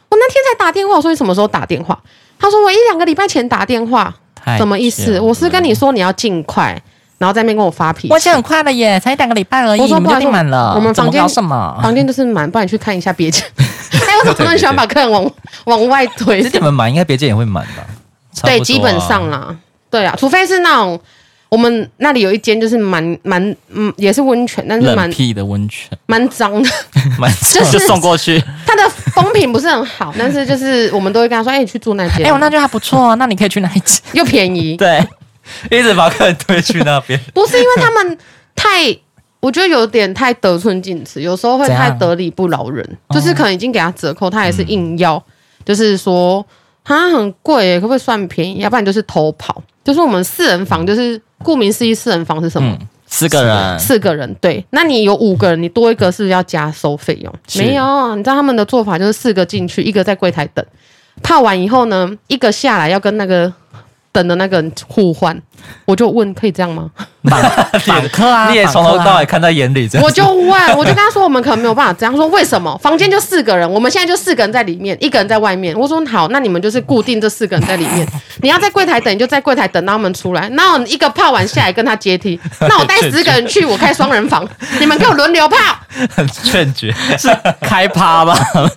S3: 我那天才打电话，我说你什么时候打电话？他说我一两个礼拜前打电话，
S2: 太久了，
S3: 什么意思？我是跟你说你要尽快，然后在那边跟我发脾气。
S2: 我现在很快了耶，才两个礼拜而已，
S3: 我说
S2: 你
S3: 不
S2: 们
S3: 好
S2: 就
S3: 意思
S2: 订满了。
S3: 我们
S2: 怎么
S3: 房间
S2: 搞什么？
S3: 房间就是满，不然你去看一下 别间。哎，我怎么那么喜欢把客人往往外推
S1: 其？实你们满，应该别间也会满吧？差不多
S3: 对，
S1: 啊
S3: 基本上啦，对啊，除非是那种我们那里有一间就是蛮蛮嗯，也是温泉，但是
S2: 冷
S3: 蛮
S2: 僻的温泉
S3: 蛮脏的，
S1: 满。
S3: 就是
S2: 就送过 去。
S3: 它的风评不是很好，但是就是我们都会跟他说，哎，你去住那间，
S2: 哎，我那就还不错啊，那你可以去哪一间？
S3: 又便宜，
S2: 对，
S1: 一直把客人推去那 边，
S3: 不是因为他们太，我觉得有点太得寸进尺，有时候会
S2: 怎样哦
S3: 太得理不饶人，就是可能已经给他折扣，他还是硬要，就是说它很贵耶，可不可以算便宜？要不然就是偷跑。就是我们四人房，就是顾名思义，四人房是什么？
S2: 嗯， 四个人，
S3: 四个人对，那你有五个人，你多一个是不是要加收费用？
S2: 是
S3: 没有，啊你知道他们的做法就是四个进去，一个在柜台等，泡完以后呢，一个下来要跟那个等的那个人互换。我就问可以这样吗？
S2: 访客啊，
S1: 你也从头
S2: 访客啊
S1: 到尾看在眼里，这样
S3: 我就问，我就跟他说我们可能没有办法这样。他说为什么？房间就四个人，我们现在就四个人在里面，一个人在外面。我说好，那你们就是固定这四个人在里 面。你要在柜台等，你就在柜台等到他们出来。那我一个泡完下来跟他接梯，那我带十个人去，我开双人房，你们给我轮流泡。
S1: 很劝 绝。
S2: 开趴 吧，
S3: 啊，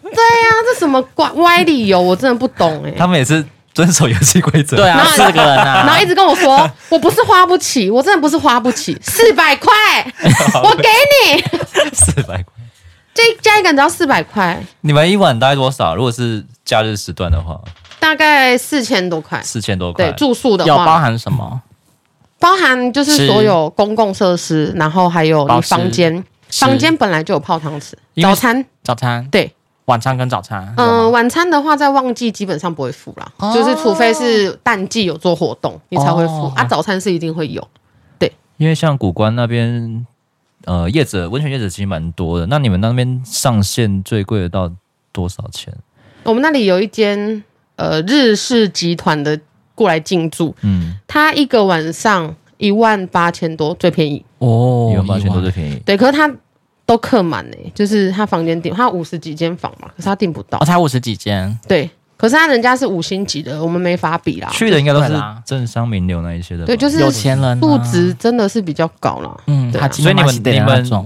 S3: 这什么怪歪理由，我真的不懂哎、
S1: 他们也是遵守游戏规则，
S2: 对
S3: 然
S2: 啊，
S3: 后
S2: 四个人
S3: 然后
S2: 啊
S3: 一，直跟我说，我不是花不起，我真的不是花 不起，四百块，我给你，
S1: 四百块。
S3: 这加一个人只要四百块，
S1: 你们一晚大概多少？如果是假日时段的话，
S3: 大概四千多块。
S1: 四千多块
S3: 对，。住宿的
S2: 有包
S3: 话，
S2: 含什么？
S3: 包含就是
S2: 吃
S3: 所有公共设施，然后还有
S2: 包
S3: 你
S2: 吃
S3: 房间，
S2: 吃
S3: 房间本来就有泡汤池，
S2: 因为
S3: 早餐
S2: 早餐，
S3: 对，
S2: 晚餐跟早餐，
S3: 嗯、
S2: 嗯，
S3: 晚餐的话在旺季基本上不会付啦，
S2: 哦
S3: 就是除非是淡季有做活动，你才会付、
S2: 哦
S3: 啊，早餐是一定会有。
S1: 因为像古关那边，呃，业者温泉业者其实蛮多的。那你们那边上限最贵的到多少钱？
S3: 我们那里有一间呃日式集团的过来进驻，
S1: 嗯，
S3: 他一个晚上一万八千多，最便宜。
S2: 哦
S1: 一万八千多最
S2: 一万
S1: 便宜。
S3: 对，可是他都客满呢、就是他房间订，他五十几间房嘛，可是他订不到
S2: 哦，。才五十几间，
S3: 对，可是他人家是五星级的，我们没法比啦。
S1: 去的应该都
S2: 对
S1: 是
S2: 啦
S1: 政商名流那一些的吧，
S3: 对，就是
S2: 有钱人啊
S3: 素质真的是比较高啦。
S2: 嗯，
S3: 对啊
S2: 他基本上是得的那种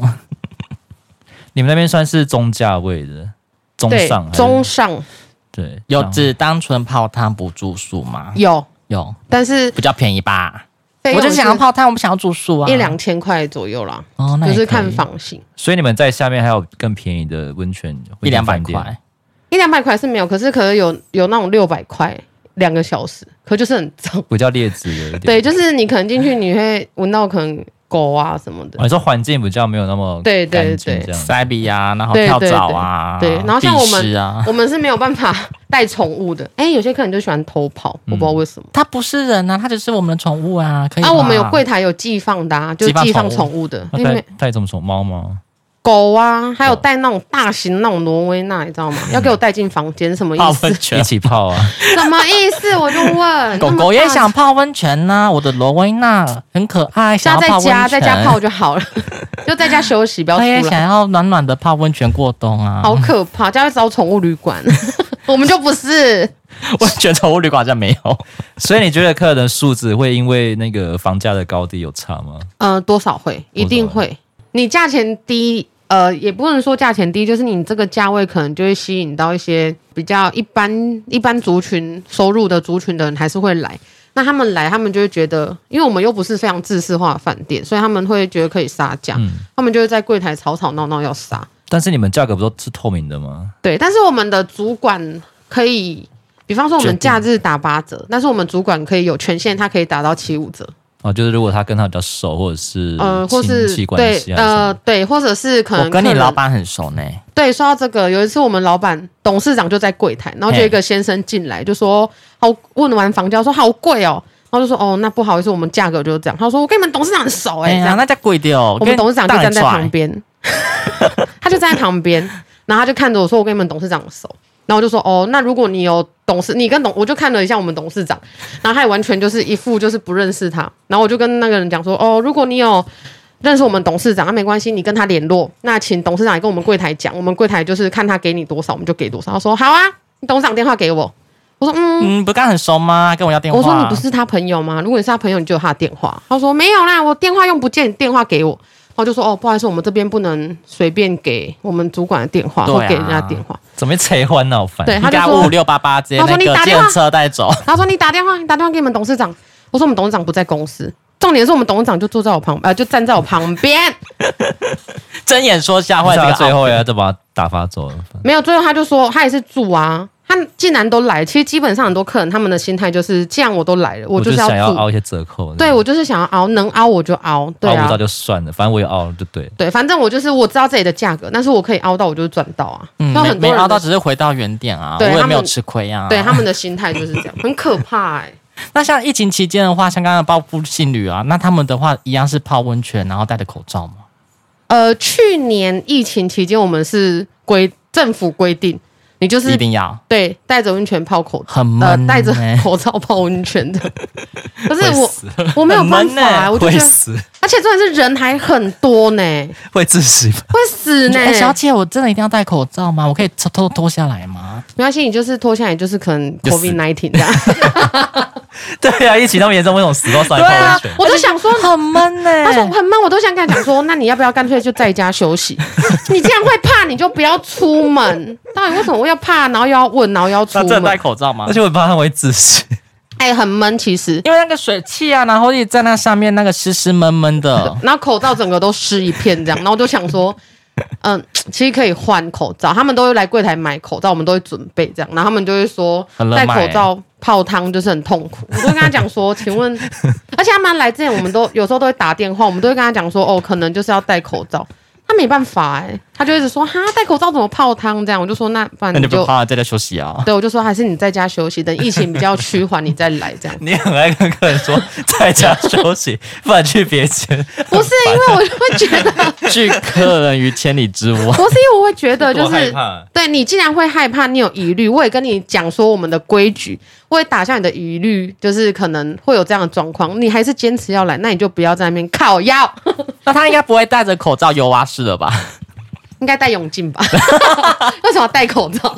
S1: 你们那边算是中价位的，中
S3: 对
S1: 上，还是
S3: 中上
S1: 对
S2: 有
S1: 上
S2: 只单纯泡汤不住宿吗？
S3: 有，
S2: 有，
S3: 但是
S2: 比较便宜吧？
S3: 费
S2: 我
S3: 用
S2: 就是想要泡汤，我不想要住宿啊，
S3: 一两千块左右啦，
S2: 哦，那
S3: 就
S2: 也
S3: 是
S2: 可以
S3: 看房型。
S1: 所以你们在下面还有更便宜的温泉，
S2: 一两百
S1: 温泉饭店
S2: 块，
S3: 一两百块是没有，可是可能有有那种六百块两个小时，可就是很脏。
S1: 比较劣质的一点。
S3: 对，就是你可能进去你会闻到可能狗啊什么的
S1: 哦，。你说环境比较没有那么
S3: 对对
S1: 干净
S3: 对
S1: 这样子
S2: 塞比啊，然后
S3: 对
S2: 跳蚤啊，
S3: 对对对然后像我们
S2: 蜱啊，
S3: 我们是没有办法带宠物的。哎、有些客人就喜欢偷跑，我不
S2: 嗯
S3: 知道为什么。
S2: 它不是人啊，它只是我们的宠物啊，可以
S3: 啊，
S2: 吗
S3: 我们有柜台有寄放的、啊，就是
S2: 寄
S3: 寄
S2: 放
S3: 放
S2: 宠
S3: 宠物的，
S1: 那
S3: 因
S1: 带
S3: 为
S1: 带什么宠猫吗？
S3: 狗啊，
S2: 哦
S3: 还有带那种大型那种挪威那，你知 道吗？要给我带进房间，什么
S2: 泡
S3: 意思
S2: 温？
S1: 一
S2: 泉。
S1: 起泡啊！
S3: 什么意思？我就问。
S2: 狗
S3: 那么
S2: 狗也
S3: 大
S2: 想泡温泉呐、我的罗威娜很可爱，
S3: 家
S2: 想要
S3: 在
S2: 泡温
S3: 家
S2: 泉，
S3: 在家泡就 好了，就在家休息，不要
S2: 它也
S3: 出
S2: 想
S3: 来。
S2: 要暖暖的泡温泉过冬啊。
S3: 好可怕，家会找宠物旅 馆，我们就不是。
S2: 温泉宠物旅馆好像没有，
S1: 所以你觉得客人的素质会因为那个房价的高低有差吗？
S3: 呃，多少会，一定会。你价钱低，呃，也不能说价钱低，就是你这个价位可能就会吸引到一些比较一般一般族群收入的族群的人还是会来。那他们来，他们就会觉得，因为我们又不是非常自式化的饭店，所以他们会觉得可以杀价，
S1: 嗯，
S3: 他们就会在柜台吵吵闹闹要杀。
S1: 但是你们价格不都是透明的吗？
S3: 对，但是我们的主管可以，比方说我们假日打八折，但是我们主管可以有权限，他可以打到七五折。
S1: 哦，就是如果他跟他比较熟，或者是
S3: 呃，或
S1: 亲
S3: 是
S1: 戚关
S3: 对
S1: 系啊什
S3: 呃
S1: 么，
S3: 对，或者是可能
S2: 我跟你
S3: 客人
S2: 老板很熟呢。哎
S3: 对，说到这个，有一次我们老板董事长就在柜台，然后就有一个先生进来就说：“好，问完房价说好贵哦。”然后就说：“哦，那不好意思，我们价格就是这样。”他说：“我跟你们董事长很熟哎、
S2: 哎
S3: 欸。这
S2: 呀，
S3: 样
S2: 那家贵的哦。
S3: 我们董事长就站在旁
S2: 边，
S3: 边， 他就站在旁边，然后他就看着我说：“我跟你们董事长熟。”然后我就说：“哦，那如果你有董事，你跟董，我就看了一下我们董事长，然后他也完全就是一副就是不认识他。然后我就跟那个人讲说：哦，如果你有认识我们董事长，那、没关系，你跟他联络。那请董事长也跟我们柜台讲，我们柜台就是看他给你多少，我们就给多少。他说：好啊，你董事长电话给我。我说：嗯，
S2: 嗯，不刚很熟吗？跟我要电话。
S3: 我说你不是他朋友吗？如果你是他朋友，你就有他的电话。他说没有啦，我电话用不见，你电话给我。然后就说哦，不好意思，我们这边不能随便给我们主管的电话，
S2: 对啊
S3: 或给人家电话。
S1: 怎么扯欢闹烦？
S3: 对，
S2: 应
S3: 他就
S2: 该五五
S3: 说，
S2: 六八八直接
S3: 他
S2: 那
S3: 说你
S2: 个
S3: 打电话
S2: 电车带走。
S3: 他说你打电话，你打电话给你们董事长。我说我们董事长不在公司，重点是我们董事长就坐在我旁，呃，就站在我旁边。
S2: 睁眼说瞎
S1: 或
S2: 话，这
S1: 者
S2: 个
S1: 最后呀，就把他打发走了。
S3: 没有，最后他就说他也是住啊，他既然都来，其实基本上很多客人他们的心态就是，既然我都来了，我
S1: 就是
S3: 要
S1: 想要
S3: 付。
S1: 凹一些折扣，
S3: 对，我就是想要熬，能熬我就熬，对
S1: 凹
S3: 啊
S1: 不到，就算了，反正我也凹了，就对。
S3: 对，反正我就是我知道自己的价格，但是我可以熬到，我就赚到啊。
S2: 嗯，
S3: 有
S2: 没
S3: 很多
S2: 没
S3: 人
S2: 熬到，
S3: 的
S2: 只是回到原点啊，我
S3: 对
S2: 也
S3: 他
S2: 没有
S3: 们
S2: 吃亏啊。
S3: 对他们的心态就是这样，很可怕 哎、
S2: 那像疫情期间的话，像刚刚的报复性旅啊，那他们的话一样是泡温泉，然后戴着口罩嘛。
S3: 呃，去年疫情期间，我们是规政府规定，你就
S2: 一
S3: 是
S2: 定要
S3: 对戴着温泉泡口，
S2: 很闷、
S3: 呃
S2: 欸，，
S3: 戴着 口罩泡 温泉的。可是
S1: 会
S3: 我
S1: 死
S3: 我没有办
S2: 很
S3: 法、
S2: 闷欸
S3: 啊我就
S1: 会
S3: 觉得，
S1: 死，
S3: 而且重点是人还很多呢，
S1: 会窒息 吧？
S3: 会死呢。
S2: 哎、小姐，我真的一定要戴口罩吗？我可以偷偷脱下来吗？
S3: 没关系，你就是脱下来，就是可能
S1: 就死
S3: COVID nineteen 这样。
S1: 对啊，疫情那么严重，为什么死都上来泡温
S2: 啊
S1: 泉？
S3: 我都想 说，
S2: 很闷呢、
S3: 他说很闷，我都想跟他讲说，那你要不要干脆就在家休息？你这样会怕，你就不要出门。到底为什么我要怕，然后又要问，然后又要出
S2: 那真的戴
S3: 门？
S2: 口罩吗
S1: 而？且我怕他会窒 息，
S3: 哎、很闷，其实。。
S2: 因为那个水汽啊，然后一直在那上面，那个湿湿闷闷的
S3: 然后口罩整个都湿一片这样，然后我就想说，嗯，其实可以换口罩，他们都会来柜台买口罩，我们都会准备这样，然后他们就会说
S2: 很热卖欸
S3: 戴口罩泡汤就是很痛苦。我都跟他讲说，请问，而且他们来之前，我们都有时候都会打电话，我们都会跟他讲说，哦，可能就是要戴口罩。他没办法哎、他就一直说哈戴口罩怎么泡汤这样，我就说那不 然
S2: 那
S3: 你
S2: 你不
S3: 就
S2: 怕在家休息 啊？
S3: 对我就说还是你在家休息，等疫情比较趋缓你再来 这样。
S1: 你很爱跟客人说在家休息，不然去别间。
S3: 不是因为我就会觉得，
S2: 拒客人于千里之外。
S3: 不是因为我会觉得就
S1: 多害
S3: 是
S1: 怕
S3: 对你既然会害怕，你有疑虑，我也跟你讲说我们的规矩，我也打消你的疑虑，就是可能会有这样的状况，你还是坚持要来，那你就不要在那边靠腰，
S2: 那他应该不会戴着口罩游蛙式了吧？
S3: 应该戴泳镜吧？为什么要戴口罩？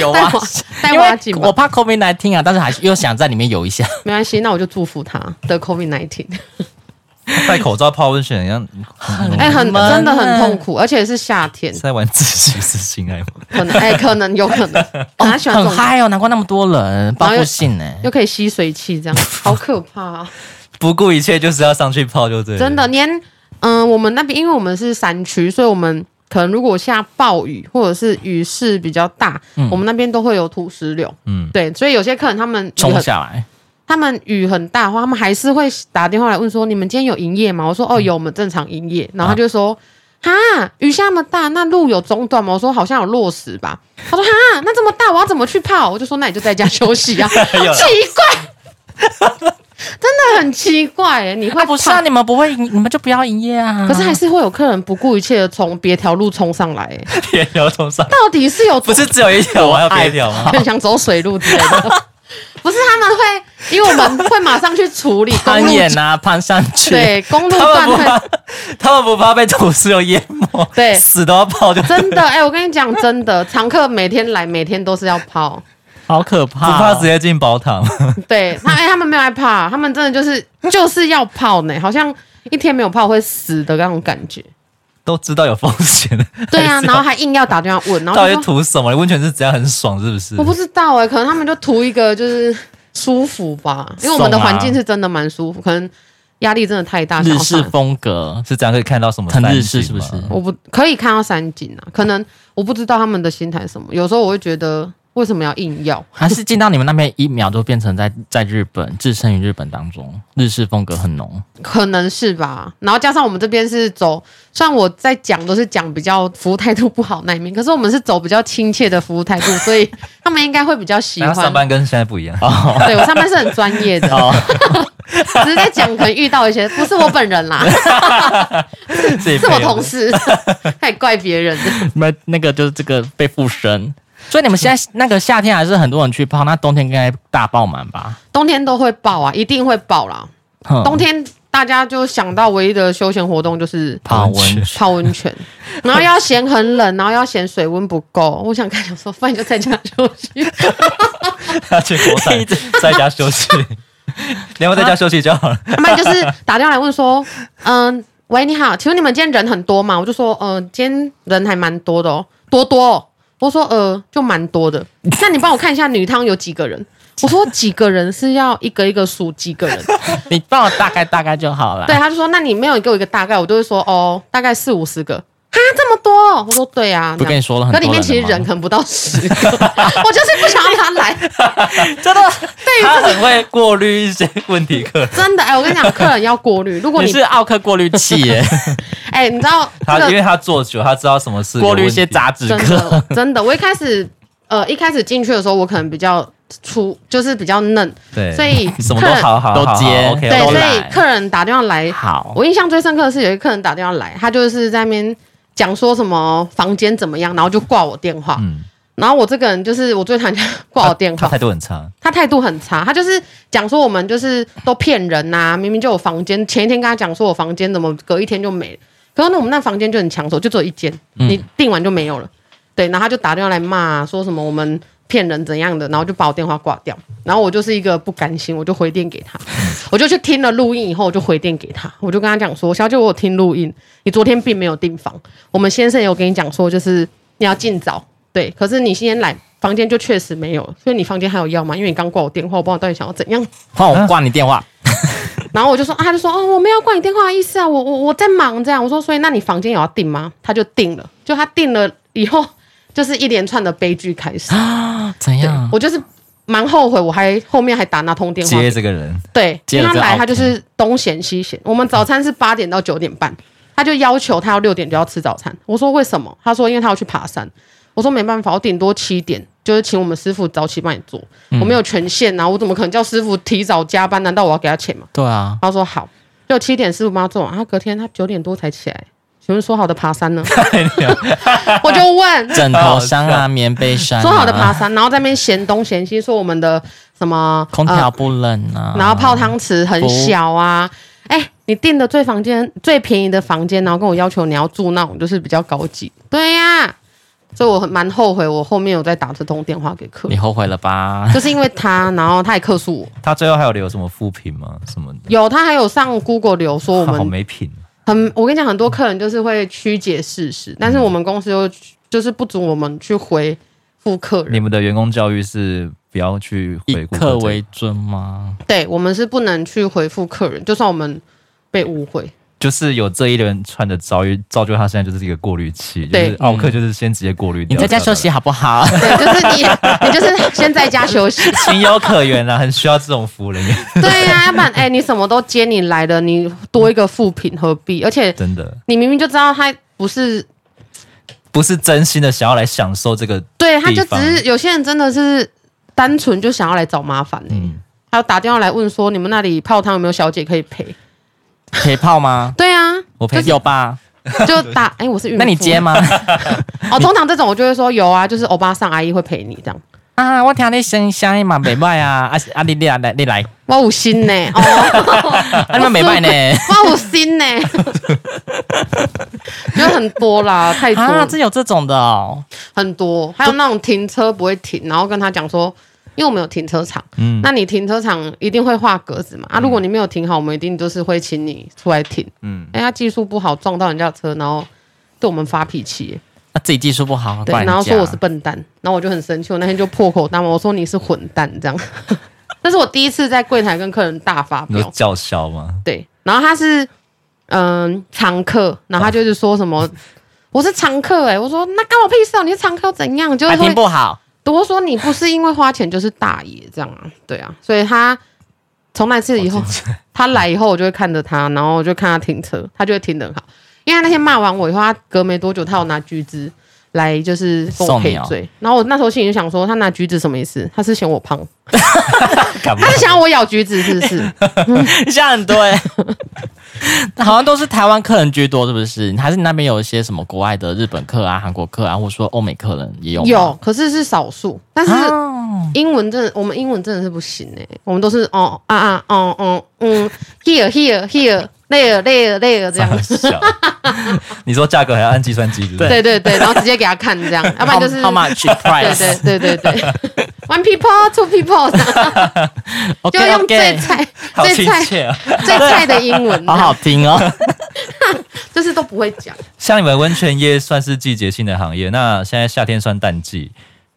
S2: 游
S3: 戴
S2: 蛙
S3: 蛙
S2: 式，
S3: 戴
S2: 因
S3: 蛙
S2: 为
S3: 镜
S2: 我
S3: 吧？
S2: 怕 COVID 来听啊，但是还是又想在里面游一 下，
S3: 没关系，那我就祝福他得 COVID nineteen。
S1: 戴口罩泡温泉一样，嗯
S3: 哎、很
S2: 闷啊
S3: 真的很痛苦，而且是夏天
S1: 是，在玩窒息是性爱吗？
S3: 可能哎、可能有可能， 可能他喜欢这
S2: 很
S3: 种，
S2: 嗨哦，难怪那么多人报复性呢、
S3: 又可以吸水气，这样好可怕、啊。
S1: 不顾一切就是要上去泡，就对了。
S3: 真的连嗯、我们那边因为我们是山区，所以我们可能如果下暴雨或者是雨势比较大，
S2: 嗯
S3: 我们那边都会有土石流。
S1: 嗯，
S3: 对，所以有些客人他们雨
S2: 冲
S3: 很
S2: 下来，
S3: 他们雨很大的话，他们还是会打电话来问说：“你们今天有营业吗？”我说：“
S2: 嗯
S3: 哦，有，我们正常营业。”然后他就说：“哈、雨下那么大，那路有中断吗？”我说：“好像有落石吧。”他说：“哈，那这么大，我要怎么去泡？”我就说：“那你就在家休息啊。” 奇怪，
S1: 有
S3: 真的很奇怪耶、你会
S2: 啊不是啊，
S3: 怕
S2: 你们不会营，你们就不要营业啊。
S3: 可是还是会有客人不顾一切的从别条路冲上来、欸，
S1: 别条冲上，
S3: 到底是有
S1: 不是只有一条， 我还有别条吗？
S3: 很想走水路之类的？不是他们会，因为我们会马上去 处理公
S2: 攀
S3: 路，
S2: 岩啊，攀上去，
S3: 对公路
S1: 他
S3: 段
S1: 们不
S3: 会
S1: 怕，他们不怕被土石流淹没，
S3: 对
S1: 死都要泡就，
S3: 真的。哎、我跟你讲，真的，常客每天来，每天都是要泡。
S2: 好可
S1: 不
S2: 怕、
S1: 怕直接进宝塔吗？
S3: 对他，哎、他们没有害怕，他们真的就是就是要泡呢，好像一天没有泡会死的那种感觉。
S1: 都知道有风险，
S3: 对啊，
S1: 还是
S3: 然后还硬要打电话问，然后
S1: 到
S3: 就
S1: 底
S3: 说
S1: 图什么？温泉是怎样很爽是不是？
S3: 我不知道哎、可能他们就图一个就是舒服吧，因为我们的
S2: 爽啊
S3: 环境是真的蛮舒服，可能压力啊真的太大，
S2: 日
S3: 想要
S2: 式
S3: 上
S2: 风格，
S1: 是这样可以看到什么
S2: 很
S1: 山
S2: 日式
S1: 景吗
S2: 是不是
S3: 我不可以看到山景啊，可能我不知道他们的心态是什么，有时候我会觉得为什么要硬要？
S2: 还是进到你们那边一秒就变成在在日本置身于日本当中，日式风格很浓。
S3: 可能是吧，然后加上我们这边是走，虽然我在讲都是讲比较服务态度不好那一面，可是我们是走比较亲切的服务态度，所以他们应该会比较喜
S1: 然
S3: 欢
S1: 后。上班跟现在不一样，哦、
S3: 对我上班是很专 业的，
S2: 哦，
S3: 只是在讲可能遇到一些不是我本人啦，
S1: 是
S3: 是我同事， 还怪别人。
S2: 那那个就是这个被附身。所以你们现在那个夏天还是很多人去泡，那冬天应该大爆满吧？
S3: 冬天都会爆啊，一定会爆啦。
S2: 哼
S3: 冬天大家就想到唯一的休闲活动就是
S2: 泡温 泉，
S3: 泡温泉，然后要嫌很冷，然后要嫌水温不够。我想看，想说，不然你就在家休 息。
S1: 他去国产在家休息， 你要不要在家休息就好了。
S3: 他们就是打电话来问说，嗯，喂，你好，请问你们今天人很多吗？我就说，嗯、今天人还蛮多的哦，多多哦、我说，呃，就蛮多的。那你帮我看一下女汤有几个人？我说几个人是要一个一个数几个人？
S2: 你帮我大概大概就好了。啊
S3: 对，，他就说，那你没有给我一个大概，我就会说，哦，大概四五十个。哈这么多，我说对啊，
S2: 不跟你说了很
S3: 那
S2: 多
S3: 里面其实
S2: 了
S3: 人
S2: 吗
S3: 可能不到十个， 我就是不想让他来，
S1: 真的，他很会过滤一些问题 客。
S3: 真的哎、我跟你讲，客人要 过滤，如果
S2: 你
S3: 你
S2: 是奥克过滤器耶，
S3: 哎、你知道
S1: 他
S3: 这
S1: 因
S3: 个
S1: 为他做久，他知道什么事
S2: 过滤一些杂质
S3: 真
S2: 客。
S3: 的真的，我一开始呃一开始进去的时候，我可能比较粗，就是比较嫩，
S1: 对，
S3: 所以
S1: 什么都好好
S2: 都接
S1: OK，
S3: 对，
S2: 都
S3: 所
S2: 来
S3: 以客人打电话来，
S2: 好，
S3: 我印象最深刻的是有一个客人打电话来，他就是在那边讲说什么房间怎么样，然后就挂我电话。
S1: 嗯，
S3: 然后我这个人就是我最讨厌挂我电
S1: 他
S3: 话，
S1: 态度很差，
S3: 他态度很差，他就是讲说我们就是都骗人呐、明明就有房间，前一天跟他讲说我房间怎么隔一天就没了，可是呢我们那房间就很抢手，就只有一间，你订完就没有了。对，然后他就打电话来骂，说什么我们骗人怎样的，然后就把我电话挂掉。然后我就是一个不甘心，我就回电给他，我就去听了录音以后，我就回电给他，我就跟他讲说，小姐，我有听录音，你昨天并没有订房，我们先生有跟你讲说，就是你要尽早对，可是你今天来房间就确实没有，所以你房间还有要吗？因为你刚挂我电话，我不知道你到底想要怎样。
S2: 换我挂你电话。
S3: 然后我就说，啊、他就说，哦，我没有挂你电话的意思啊，我我我在忙这样。我说，所以那你房间有要订吗？他就订了，就他订了以后，就是一连串的悲剧开始。
S2: 怎
S3: 对
S2: 样？
S3: 我就是蛮后悔，我还后面还打那通电话
S1: 接这个人，
S3: 对，
S2: 接
S3: 因
S2: 了
S3: 为他
S2: 这
S3: 来
S2: OK
S3: 他就是东闲西闲。我们早餐是八点到九点半，他就要求他要六点就要吃早餐。我说为什么？他说因为他要去爬山。我说没办法，我顶多七点，就是请我们师傅早起帮你做，
S2: 嗯
S3: 我没有权限啊，我怎么可能叫师傅提早加班？难道我要给他钱吗？
S2: 对啊，
S3: 他说好，六七点师傅帮他做完，他啊隔天他九点多才起来。请问说好的爬山 呢？我就问，
S2: 枕头箱啊，棉被衫啊，
S3: 说好的爬山，然后在那边嫌东嫌西，说我们的什么
S2: 空
S3: 呃
S2: 调不冷啊，
S3: 然后泡汤池很小啊。
S1: 哦
S3: 哎、你订的最房间最便宜的房间，然后跟我要求你要住那种就是比较高级。对呀、所以我很蛮后悔，我后面有再打这通电话给客
S2: 你
S3: 人，
S2: 后悔了吧？
S3: 就是因为他，然后他也客诉我。
S1: 他最后还有留什么副评吗？什么的，
S3: 有他还有上 Google 留说我
S1: 好
S3: 们
S1: 没品，
S3: 很，我跟你讲，很多客人就是会曲解事
S1: 嗯
S3: 实，但是我们公司又就是不准我们去回复客人
S1: 你，们的员工教育是不要去
S2: 以
S1: 回顾
S2: 客
S1: 这个
S2: 为尊吗？
S3: 对我们是不能去回复客人，就算我们被误会，
S1: 就是有这一轮串的遭遇，造就他现在就是一个过滤器，就
S3: 对
S1: 是奥克就是先直接过滤
S2: 嗯你
S1: 掉。
S2: 在家休息好啊不好？
S3: 对，就是你 你就是先在家休息，
S1: 情有可原啊，很 需要这种服务人员，
S3: 对呀、要不然哎、你什么都接你来的，你多一个副品何必？而且
S1: 真的
S3: 你明明就知道他不是，
S1: 不是真心的想要来享受这个，
S3: 对，他
S1: 地
S3: 就
S1: 方
S3: 只是有些人真的是单纯就想要来找麻烦呢、
S1: 嗯，
S3: 还有打电话来问说你们那里泡汤有没有小姐可以陪？
S2: 陪泡吗？
S3: 对啊，
S1: 我陪
S2: 有吧？
S3: 就打哎、我是孕妇，
S2: 那你接吗？
S3: 哦。通常这种我就会说有啊，就是欧巴桑阿姨会陪你这样。
S2: 啊，我听你声声音嘛，袂歹啊，啊是啊，你你来你 来，
S3: 我五星呢、 哦，
S2: 啊你嘛袂歹呢。
S3: 我五星呢、 就很多啦， 太多了
S2: 啊，真有这种的哦，
S3: 很多，还有那种停车不会停，然后跟他讲说，因为我们有停车场，
S1: 嗯
S3: 那你停车场一定会画格子嘛？啊，如果你没有停好，我们一定就是会请你出来停。
S1: 嗯，
S3: 哎，他技术不好，撞到人家的车，然后对我们发脾气，
S2: 那自己技术不好，
S3: 对
S2: 怪，人
S3: 然后
S2: 家
S3: 说我是笨蛋，然后我就很生气，我那天就破口大骂，我说你是混蛋这样。 那是我第一次在柜台跟客人大发
S1: 你
S3: 飙
S1: 说，叫嚣吗？
S3: 对，然后他是嗯常客，然后他就是说什么、我是常客哎、我说那干我屁事哦，你是常客又怎样？就是
S2: 还
S3: 会
S2: 听不 好，
S3: 多说你不是因为花钱就是大爷这样啊，对啊，所以他从那次以后，他来以后我就会看着他，然后我就看他停车，他就会停得很好。因为他那天骂完我以后，他隔没多久他有拿橘子来就是跟我
S2: 送你
S3: 赔
S2: 哦
S3: 罪，然后我那时候心里就想说，他拿橘子什么意思？他是嫌 我胖，
S1: 干嘛
S3: 他？是想要我咬橘子是 不是？
S2: 像很多 哎，好像都是台湾客人居多，是不是？还是你那边有一些什么国外的日本客啊、韩国客啊，或者说欧美客人也有吗
S3: 有，可是是少数，但是。
S1: 哦
S2: 啊
S3: 英文真的，我们英文真的是不行哎、我们都是哦啊啊哦哦嗯，here here here there there there 这 样，
S1: 笑，你说价格还要按计算机，对不
S3: 对对对，然后直接给他 看这样，要不然就是
S2: How how much
S3: 对
S2: price？
S3: 对对对对，one people two people，就
S2: OK
S3: 用最
S2: OK，
S3: 菜
S1: 好
S3: 最
S1: 亲
S3: 菜
S1: 切啊！
S3: 最菜的英 文，
S2: 好好听哦。
S3: 就是都不会讲。
S1: 像你们温泉业算是季节性的行业，那现在夏天算淡季，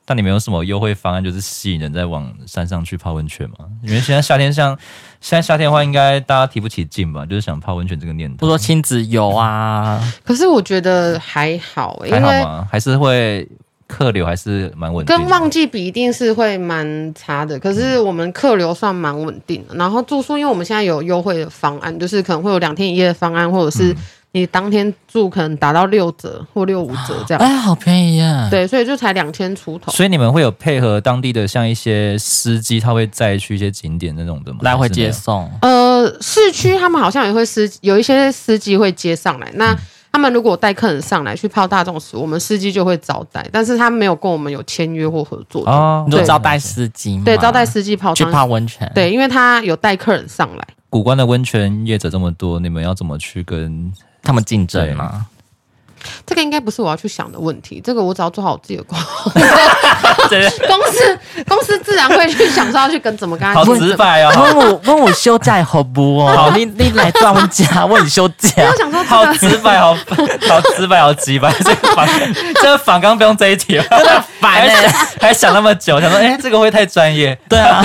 S1: 但你们有什么优惠方案，就是吸引人再往山上去泡温泉吗？因为现在夏天像，现在夏天的话，应该大家提不起劲吧，就是想泡温泉这个念
S2: 不
S1: 头。
S2: 说亲子游啊，
S3: 可是我觉得还好，欸嗯因
S1: 还好
S3: 为
S1: 吗？还是会客流还是蛮稳定的。
S3: 跟旺季比一定是会蛮差的，可是我们客流算蛮稳定的。然后住宿，因为我们现在有优惠的方案，就是可能会有两天一夜的方案，或者
S1: 嗯
S3: 是你当天住可能打到六折或六五折这样。
S2: 哎，好便宜啊！
S3: 啊对，所以就才两千出头。
S1: 所以你们会有配合当地的像一些司机，他会载去一些景点那种的吗？
S2: 来回
S1: 还是没有
S2: 接送，
S3: 呃，市区他们好像也会司，有一些司机会接上来。那他们如果带客人上来去泡大众池，我们司机就会招待，但是他没有跟我们有签约或合作的。
S1: 哦，
S2: 你就
S3: 对
S2: 招待司机嘛，
S3: 对，招待司机泡
S2: 去
S3: 汤。
S2: 泡温泉，，
S3: 对，因为他有带客人上来。
S1: 古关的温泉业者这么多，你们要怎么去跟？
S2: 他们竞争啊嘛，
S3: 这个应该不是我要去想的问题，这个我只要做好我自己的工 作，公司公司自然会去想说要去跟怎么跟他
S1: 好
S3: 竞
S1: 直
S3: 争。
S1: 白哦，
S2: 问我问我休假好不哦？ 好，你你来专家问你休
S3: 因为
S2: 假
S3: 我，想说
S1: 啊好
S3: 这个
S1: 直白，好好直白，好直白。这个反这个反刚不用这一题了，
S2: 烦
S1: 还
S2: 欸！
S1: 还想那么久，想说哎、这个会太专业，
S2: 对啊，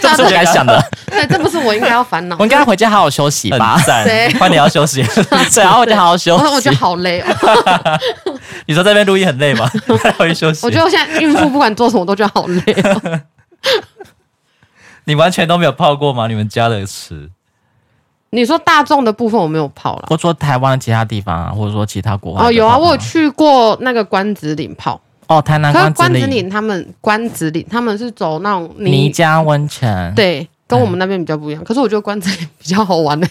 S2: 这不是我该想的，
S3: 对，这不是我应该要 烦恼
S2: 我。应该回家好好休息
S1: 很
S2: 吧。
S1: 赞
S3: 谁。
S1: 换你要休息，
S2: 对啊，回家好好休
S3: 我我觉得
S2: 息。
S3: 好累哦，
S1: 你说这边录音很累吗？要去休息
S3: 我。觉得我现在孕妇不管做什么都觉得好累哦。
S1: 你完全都没有泡过吗？你们家的池？
S3: 你说大众的部分我没有泡了，
S2: 或者说台湾其他地方啊，或者说其他国外
S3: 哦，有啊，我有
S2: 去
S3: 去过那个关子岭泡，
S2: 哦，台南
S3: 可是
S2: 关
S3: 关
S2: 子
S3: 子
S2: 岭
S3: 岭他们关子岭他们是走那种
S2: 倪
S3: 泥，
S2: 家温泉。，
S3: 对，跟
S1: 嗯
S3: 我们那边比较不一样。可是我觉得关子岭比较好玩欸呢。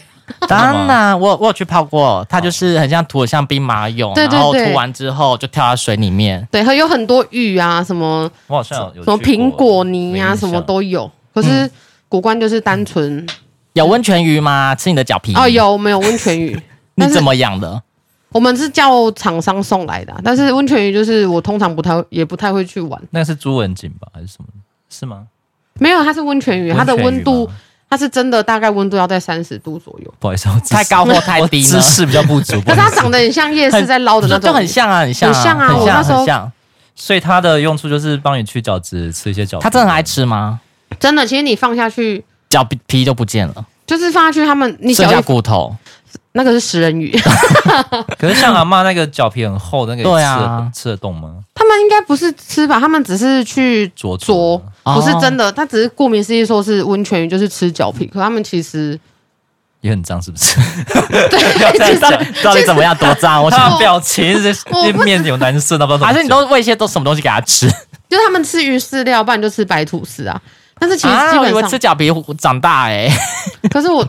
S2: 当然我我有去泡过，它就是很像涂了像兵马俑，
S3: 对对
S2: 然后
S3: 对
S2: 涂完之后就跳到水里面。
S3: 对，还有很多玉啊，什么
S1: 我好像有有
S3: 什么
S1: 去过
S3: 苹果泥
S1: 没
S3: 啊，
S1: 印
S3: 什
S1: 象嗯
S3: 么都有。可是古关就是单纯、
S2: 有温泉鱼吗？吃你的脚皮，
S3: 哦，，有我们有温泉鱼
S2: 你
S3: 但是
S2: 怎么养的？
S3: 我们是叫厂商送来的啊、但是温泉鱼就是我通常不太也不太会去玩，
S1: 那个是朱文锦吧，还是什么？是吗？
S3: 没有它是温泉鱼，它的
S1: 泉
S3: 温
S1: 鱼
S3: 度
S1: 吗
S3: 它是真的大概温度要在三十度左右，
S1: 不好意思，我知识
S2: 太高或太低呢
S1: 知？识比较不足。
S3: 可是
S1: 不好意
S3: 它
S1: 思
S3: 长得很像夜市
S2: 很
S3: 在捞的那种
S2: 就很像啊，很像啊，
S3: 很像啊
S2: 很
S1: 我
S2: 像，
S3: 那时候
S2: 很像。
S1: 所以它的用处就是帮你去角质，吃一些角质。
S2: 他真的很爱吃吗？
S3: 真的，其实你放下去。
S2: 脚皮皮就不见了，
S3: 就是放下去，他们你
S2: 剩
S3: 小
S2: 下
S3: 鱼
S2: 骨 头。
S3: 那个是食人鱼，
S1: 可是像阿妈那个脚皮很厚，那个
S2: 对啊
S1: 吃得吃得动吗？
S3: 他们应该不是吃吧？他们只是去
S1: 灼灼
S3: 啄，
S1: 吗
S2: 哦
S3: 不是真的。他只是顾名思义说是温泉鱼，就是吃脚皮。可他们其实
S1: 也很脏，是不是？
S2: 到底
S3: 对，其实
S2: 到底到底怎么样多脏？我
S1: 他
S2: 想
S1: 的，表情是
S3: 我不知
S1: 面有难色，那不知道怎么
S2: 还
S1: 讲
S2: 是你都喂一些都什么东西给他吃？
S3: 就是他们吃鱼饲料，不然就吃白吐司啊。但是其实基
S2: 啊，我
S3: 本
S2: 以
S3: 上，
S2: 为吃脚皮长大哎，
S3: 可是我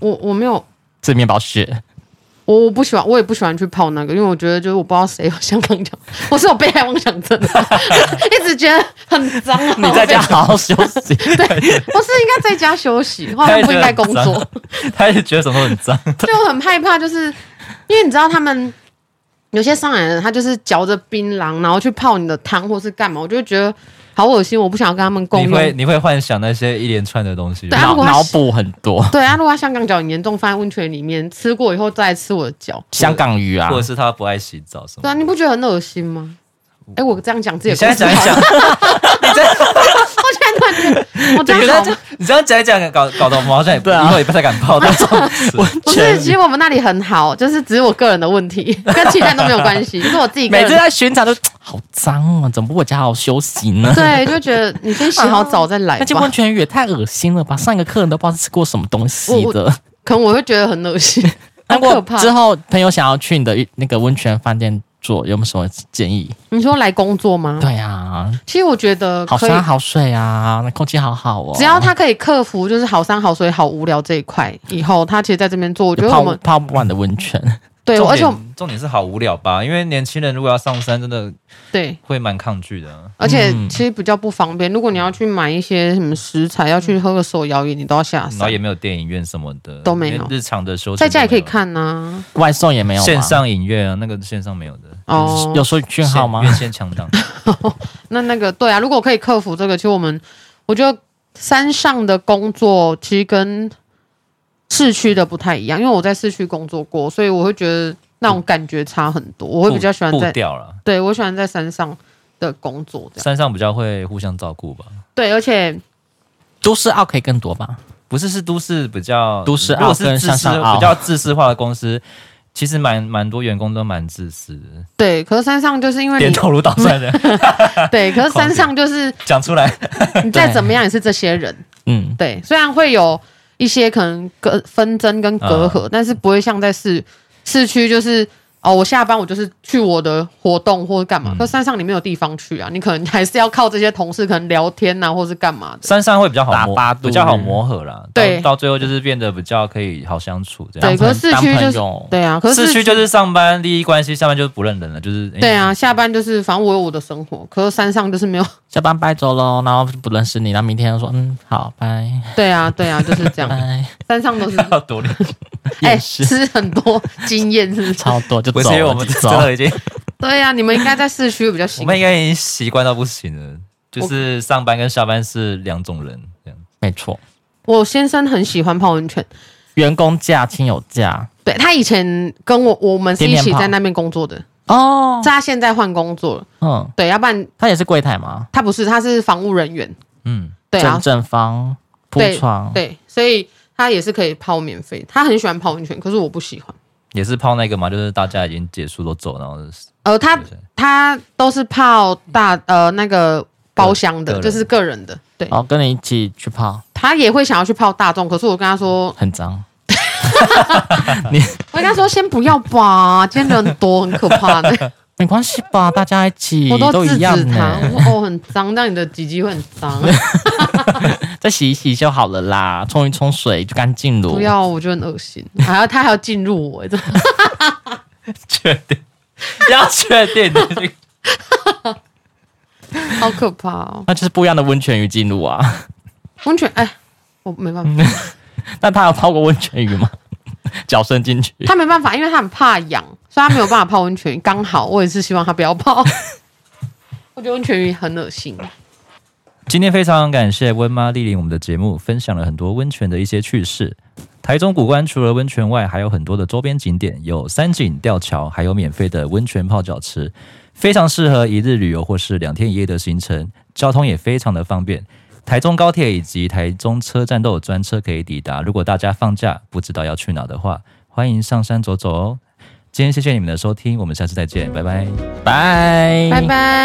S3: 我我没有，
S2: 吃面包 屑。
S3: 我我不喜欢，我也不喜欢去泡那个，因为我觉得就是我不知道谁有香港脚，我是有被害妄想症的， 一直觉得很脏、啊。
S2: 你在家好好休 息。
S3: 我是应该在家休 息，好像不应该工
S1: 他也觉得
S3: 作
S1: 很， 他也觉得什么都很脏。
S3: 就我很害怕，就是因为你知道他们。有些上海人他就是嚼着槟榔，然后去泡你的汤或是干嘛，我就会觉得好恶心，我不想要跟他们共
S1: 你
S3: 用。
S1: 会你会幻想那些一连串的东西。
S3: 对啊
S2: 脑
S3: 如果他
S2: 脑补很多。
S3: 对啊，如果他香港脚很严重，放在温泉里面吃过以后再来吃我的脚，
S2: 香港鱼啊
S1: 或，者是他不爱洗澡什
S3: 对
S1: 么
S3: 啊，？你不觉得很恶心吗？哎、我这样讲自己
S1: 哦你
S3: 的
S1: 现在
S3: 故事
S1: 讲一
S3: 好
S1: 讲
S3: 了，，
S1: 你这
S3: 我现在突然觉得我
S1: 你这
S3: 这样
S1: 样
S3: 讲，
S1: 你这样讲一讲，搞搞得我们好像也不
S2: 对啊
S1: 以后也不太敢 泡那种池。
S3: 不是，其实我们那里很好，就是只是我个人的问题，跟其他人都没有关系，是我自己个
S2: 每次
S3: 人。
S2: 在巡查都好脏啊，怎么不回家好好休息呢？
S3: 对，就觉得你先洗好澡再来
S2: 那间
S3: 吧
S2: 温。泉鱼也太恶心了吧！上一个客人都不知道是吃过什么东西
S3: 我
S2: 的。
S3: 可能我会觉得很 恶心，
S2: 那
S3: 很
S2: 如
S3: 可
S2: 果
S3: 怕。
S2: 之后朋友想要去你的那个温泉饭店做，有没有什么建议？
S3: 你说来工作吗？
S2: 对啊，
S3: 其实嗯我觉得
S2: 好
S3: 可以
S2: 山，好水啊，那空气好好哦。
S3: 只要他可以克服就是好山好水好无聊这一块，以后他其实在这边做，我觉
S2: 有
S3: 得我
S2: 泡
S3: 们
S2: 泡不完的温泉，
S3: 对，
S1: 重
S3: 而且我
S1: 点重点是好无聊吧？因为年轻人如果要上山，真的
S3: 对。
S1: 会蛮抗拒的啊。
S3: 而且
S2: 嗯
S3: 其实比较不方便。如果你要去买一些什么食材，要去喝个手摇饮，你都要
S1: 嗯
S3: 下
S1: 然后
S3: 山
S1: 也，没有电影院什么的，
S3: 都没有
S1: 连日常的休闲
S3: 在家也
S1: 都
S3: 可
S1: 没
S3: 以
S1: 有，
S3: 看啊呐、
S2: 外送也没有吗
S1: 线上影院啊，那个线上没有的。
S3: 哦，
S2: 有说讯号吗
S1: 线？院线强档，
S3: 那那个对啊，如果可以克服这个，其实我们我觉得山上的工作其实跟市区的不太一样，因为我在市区工作过， 所以我会觉得那种感觉差很多。我会比较喜欢
S1: 步
S3: 在
S1: 调了。
S3: 对我喜欢在山上的工作，这样
S1: 山上比较会互相照顾吧？
S3: 对，而且
S2: 都市奥可以更多吧？
S1: 不是，是都市比较
S2: 都市
S1: 如果
S2: 傲
S1: 是
S2: 跟
S1: 自
S2: 向
S1: 私
S2: 上傲
S1: 比较自私化的公司，其实蛮蛮多员工都蛮自私的，
S3: 对，可是山上就是因为
S1: 点
S3: 你
S1: 头如捣蒜的
S3: 对，可是山上就是
S1: 讲出来。
S3: 你再
S2: 对
S3: 怎么样也是这些人，
S2: 嗯，
S3: 对，虽然会有一些可能隔纷争跟隔阂，但是不会像在市市区就是。哦，我下班我就是去我的活动或者干嘛，可山上你没有地方去啊，你可能还是要靠这些同事可能聊天呐、啊，或是干嘛的。
S1: 山上会比较好
S2: 打
S1: 磨，
S2: 八度
S1: 比较好磨合啦。到
S3: 对
S1: 到最后就是变得比较可以好相处这
S3: 对，
S1: 样。
S3: 可是市
S2: 当
S3: 区
S2: 朋
S3: 就是
S2: 友
S3: 对啊，可是
S1: 市区就是上班利益关系，下班就是不认人了，就是哎
S3: 对，啊，下班就是反正我有我的生活，可是山上就是没有。
S2: 下班拜走喽，然后不认识你，然后明天就说嗯好拜
S3: 对啊，对啊，就是这样，
S2: 拜，
S3: 山上都是
S1: 要独立，
S3: 哎、
S2: 也是
S3: 吃很多经验是不是？
S2: 超多就
S1: 不
S2: 走
S1: 是因 为我
S2: 了
S1: 们
S2: 就
S1: 真
S2: 走，
S1: 的已经，
S3: 对啊，你们应该在市区比较
S1: 我
S3: 习
S1: 们
S3: 惯。
S1: 应该已经习惯到不行了，就是上班跟下班是两种人这样。
S2: 没错。
S3: 我先生很喜欢泡温泉，
S2: 员工价、亲友价
S3: 对他以前跟我我们是一
S2: 天
S3: 起
S2: 天泡
S3: 在那边工作的，
S2: 哦，
S3: 他现在换工作了。
S2: 嗯，
S3: 对，要不然
S2: 他也是柜台吗？
S3: 他不是，他是房务人员。
S1: 嗯，
S3: 对啊
S2: 正，正方铺
S3: 对
S2: 床，
S3: 对，所以他也是可以泡免费。他很喜欢泡温泉，可是我不喜欢。
S1: 也是泡那个嘛，就是大家已经结束都走，然后
S3: 呃，他
S1: 就是
S3: 他都是泡大呃那个包厢
S1: 个
S3: 的，
S1: 人
S3: 就是个人的。对，
S2: 哦，跟你一起去泡，
S3: 他也会想要去泡大众，可是我跟他说，
S2: 很脏。
S3: 我跟他说先不要吧，今天人多很可怕的，
S2: 没关系吧，大家一起
S3: 嗯我
S2: 都
S3: 制
S2: 一
S3: 止
S2: 样
S3: 他，
S2: 呢，
S3: 我说哦很脏，让你的鸡鸡会很脏，
S2: 再洗一洗就好了啦，冲一冲水就干净了。
S3: 不要我就很恶心，还要他还要进入我，真的
S1: 确定要确定的这个
S3: 好可怕哦，
S2: 那就是不一样的温泉鱼进入啊。
S3: 温泉哎。我没办法，
S2: 那他有泡过温泉鱼吗？ 脚伸进去，
S3: 他没办法，因为他很怕痒，所以他没有办法泡温泉。刚好我也是希望他不要泡， 我觉得温泉浴很恶心。
S1: 今天非常感谢温妈莅临我们的节目，分享了很多温泉的一些趣事。台中古关除了温泉外，还有很多的周边景点，有山景、吊桥，还有免费的温泉泡脚池，非常适合一日旅游或是两天一夜的行程。交通也非常的方便，台中高铁以及台中车站都有专车可以抵达。如果大家放假不知道要去哪的话，欢迎上山走走哦。今天谢谢你们的收听，我们下次再见，拜拜。
S2: 拜
S3: 拜拜。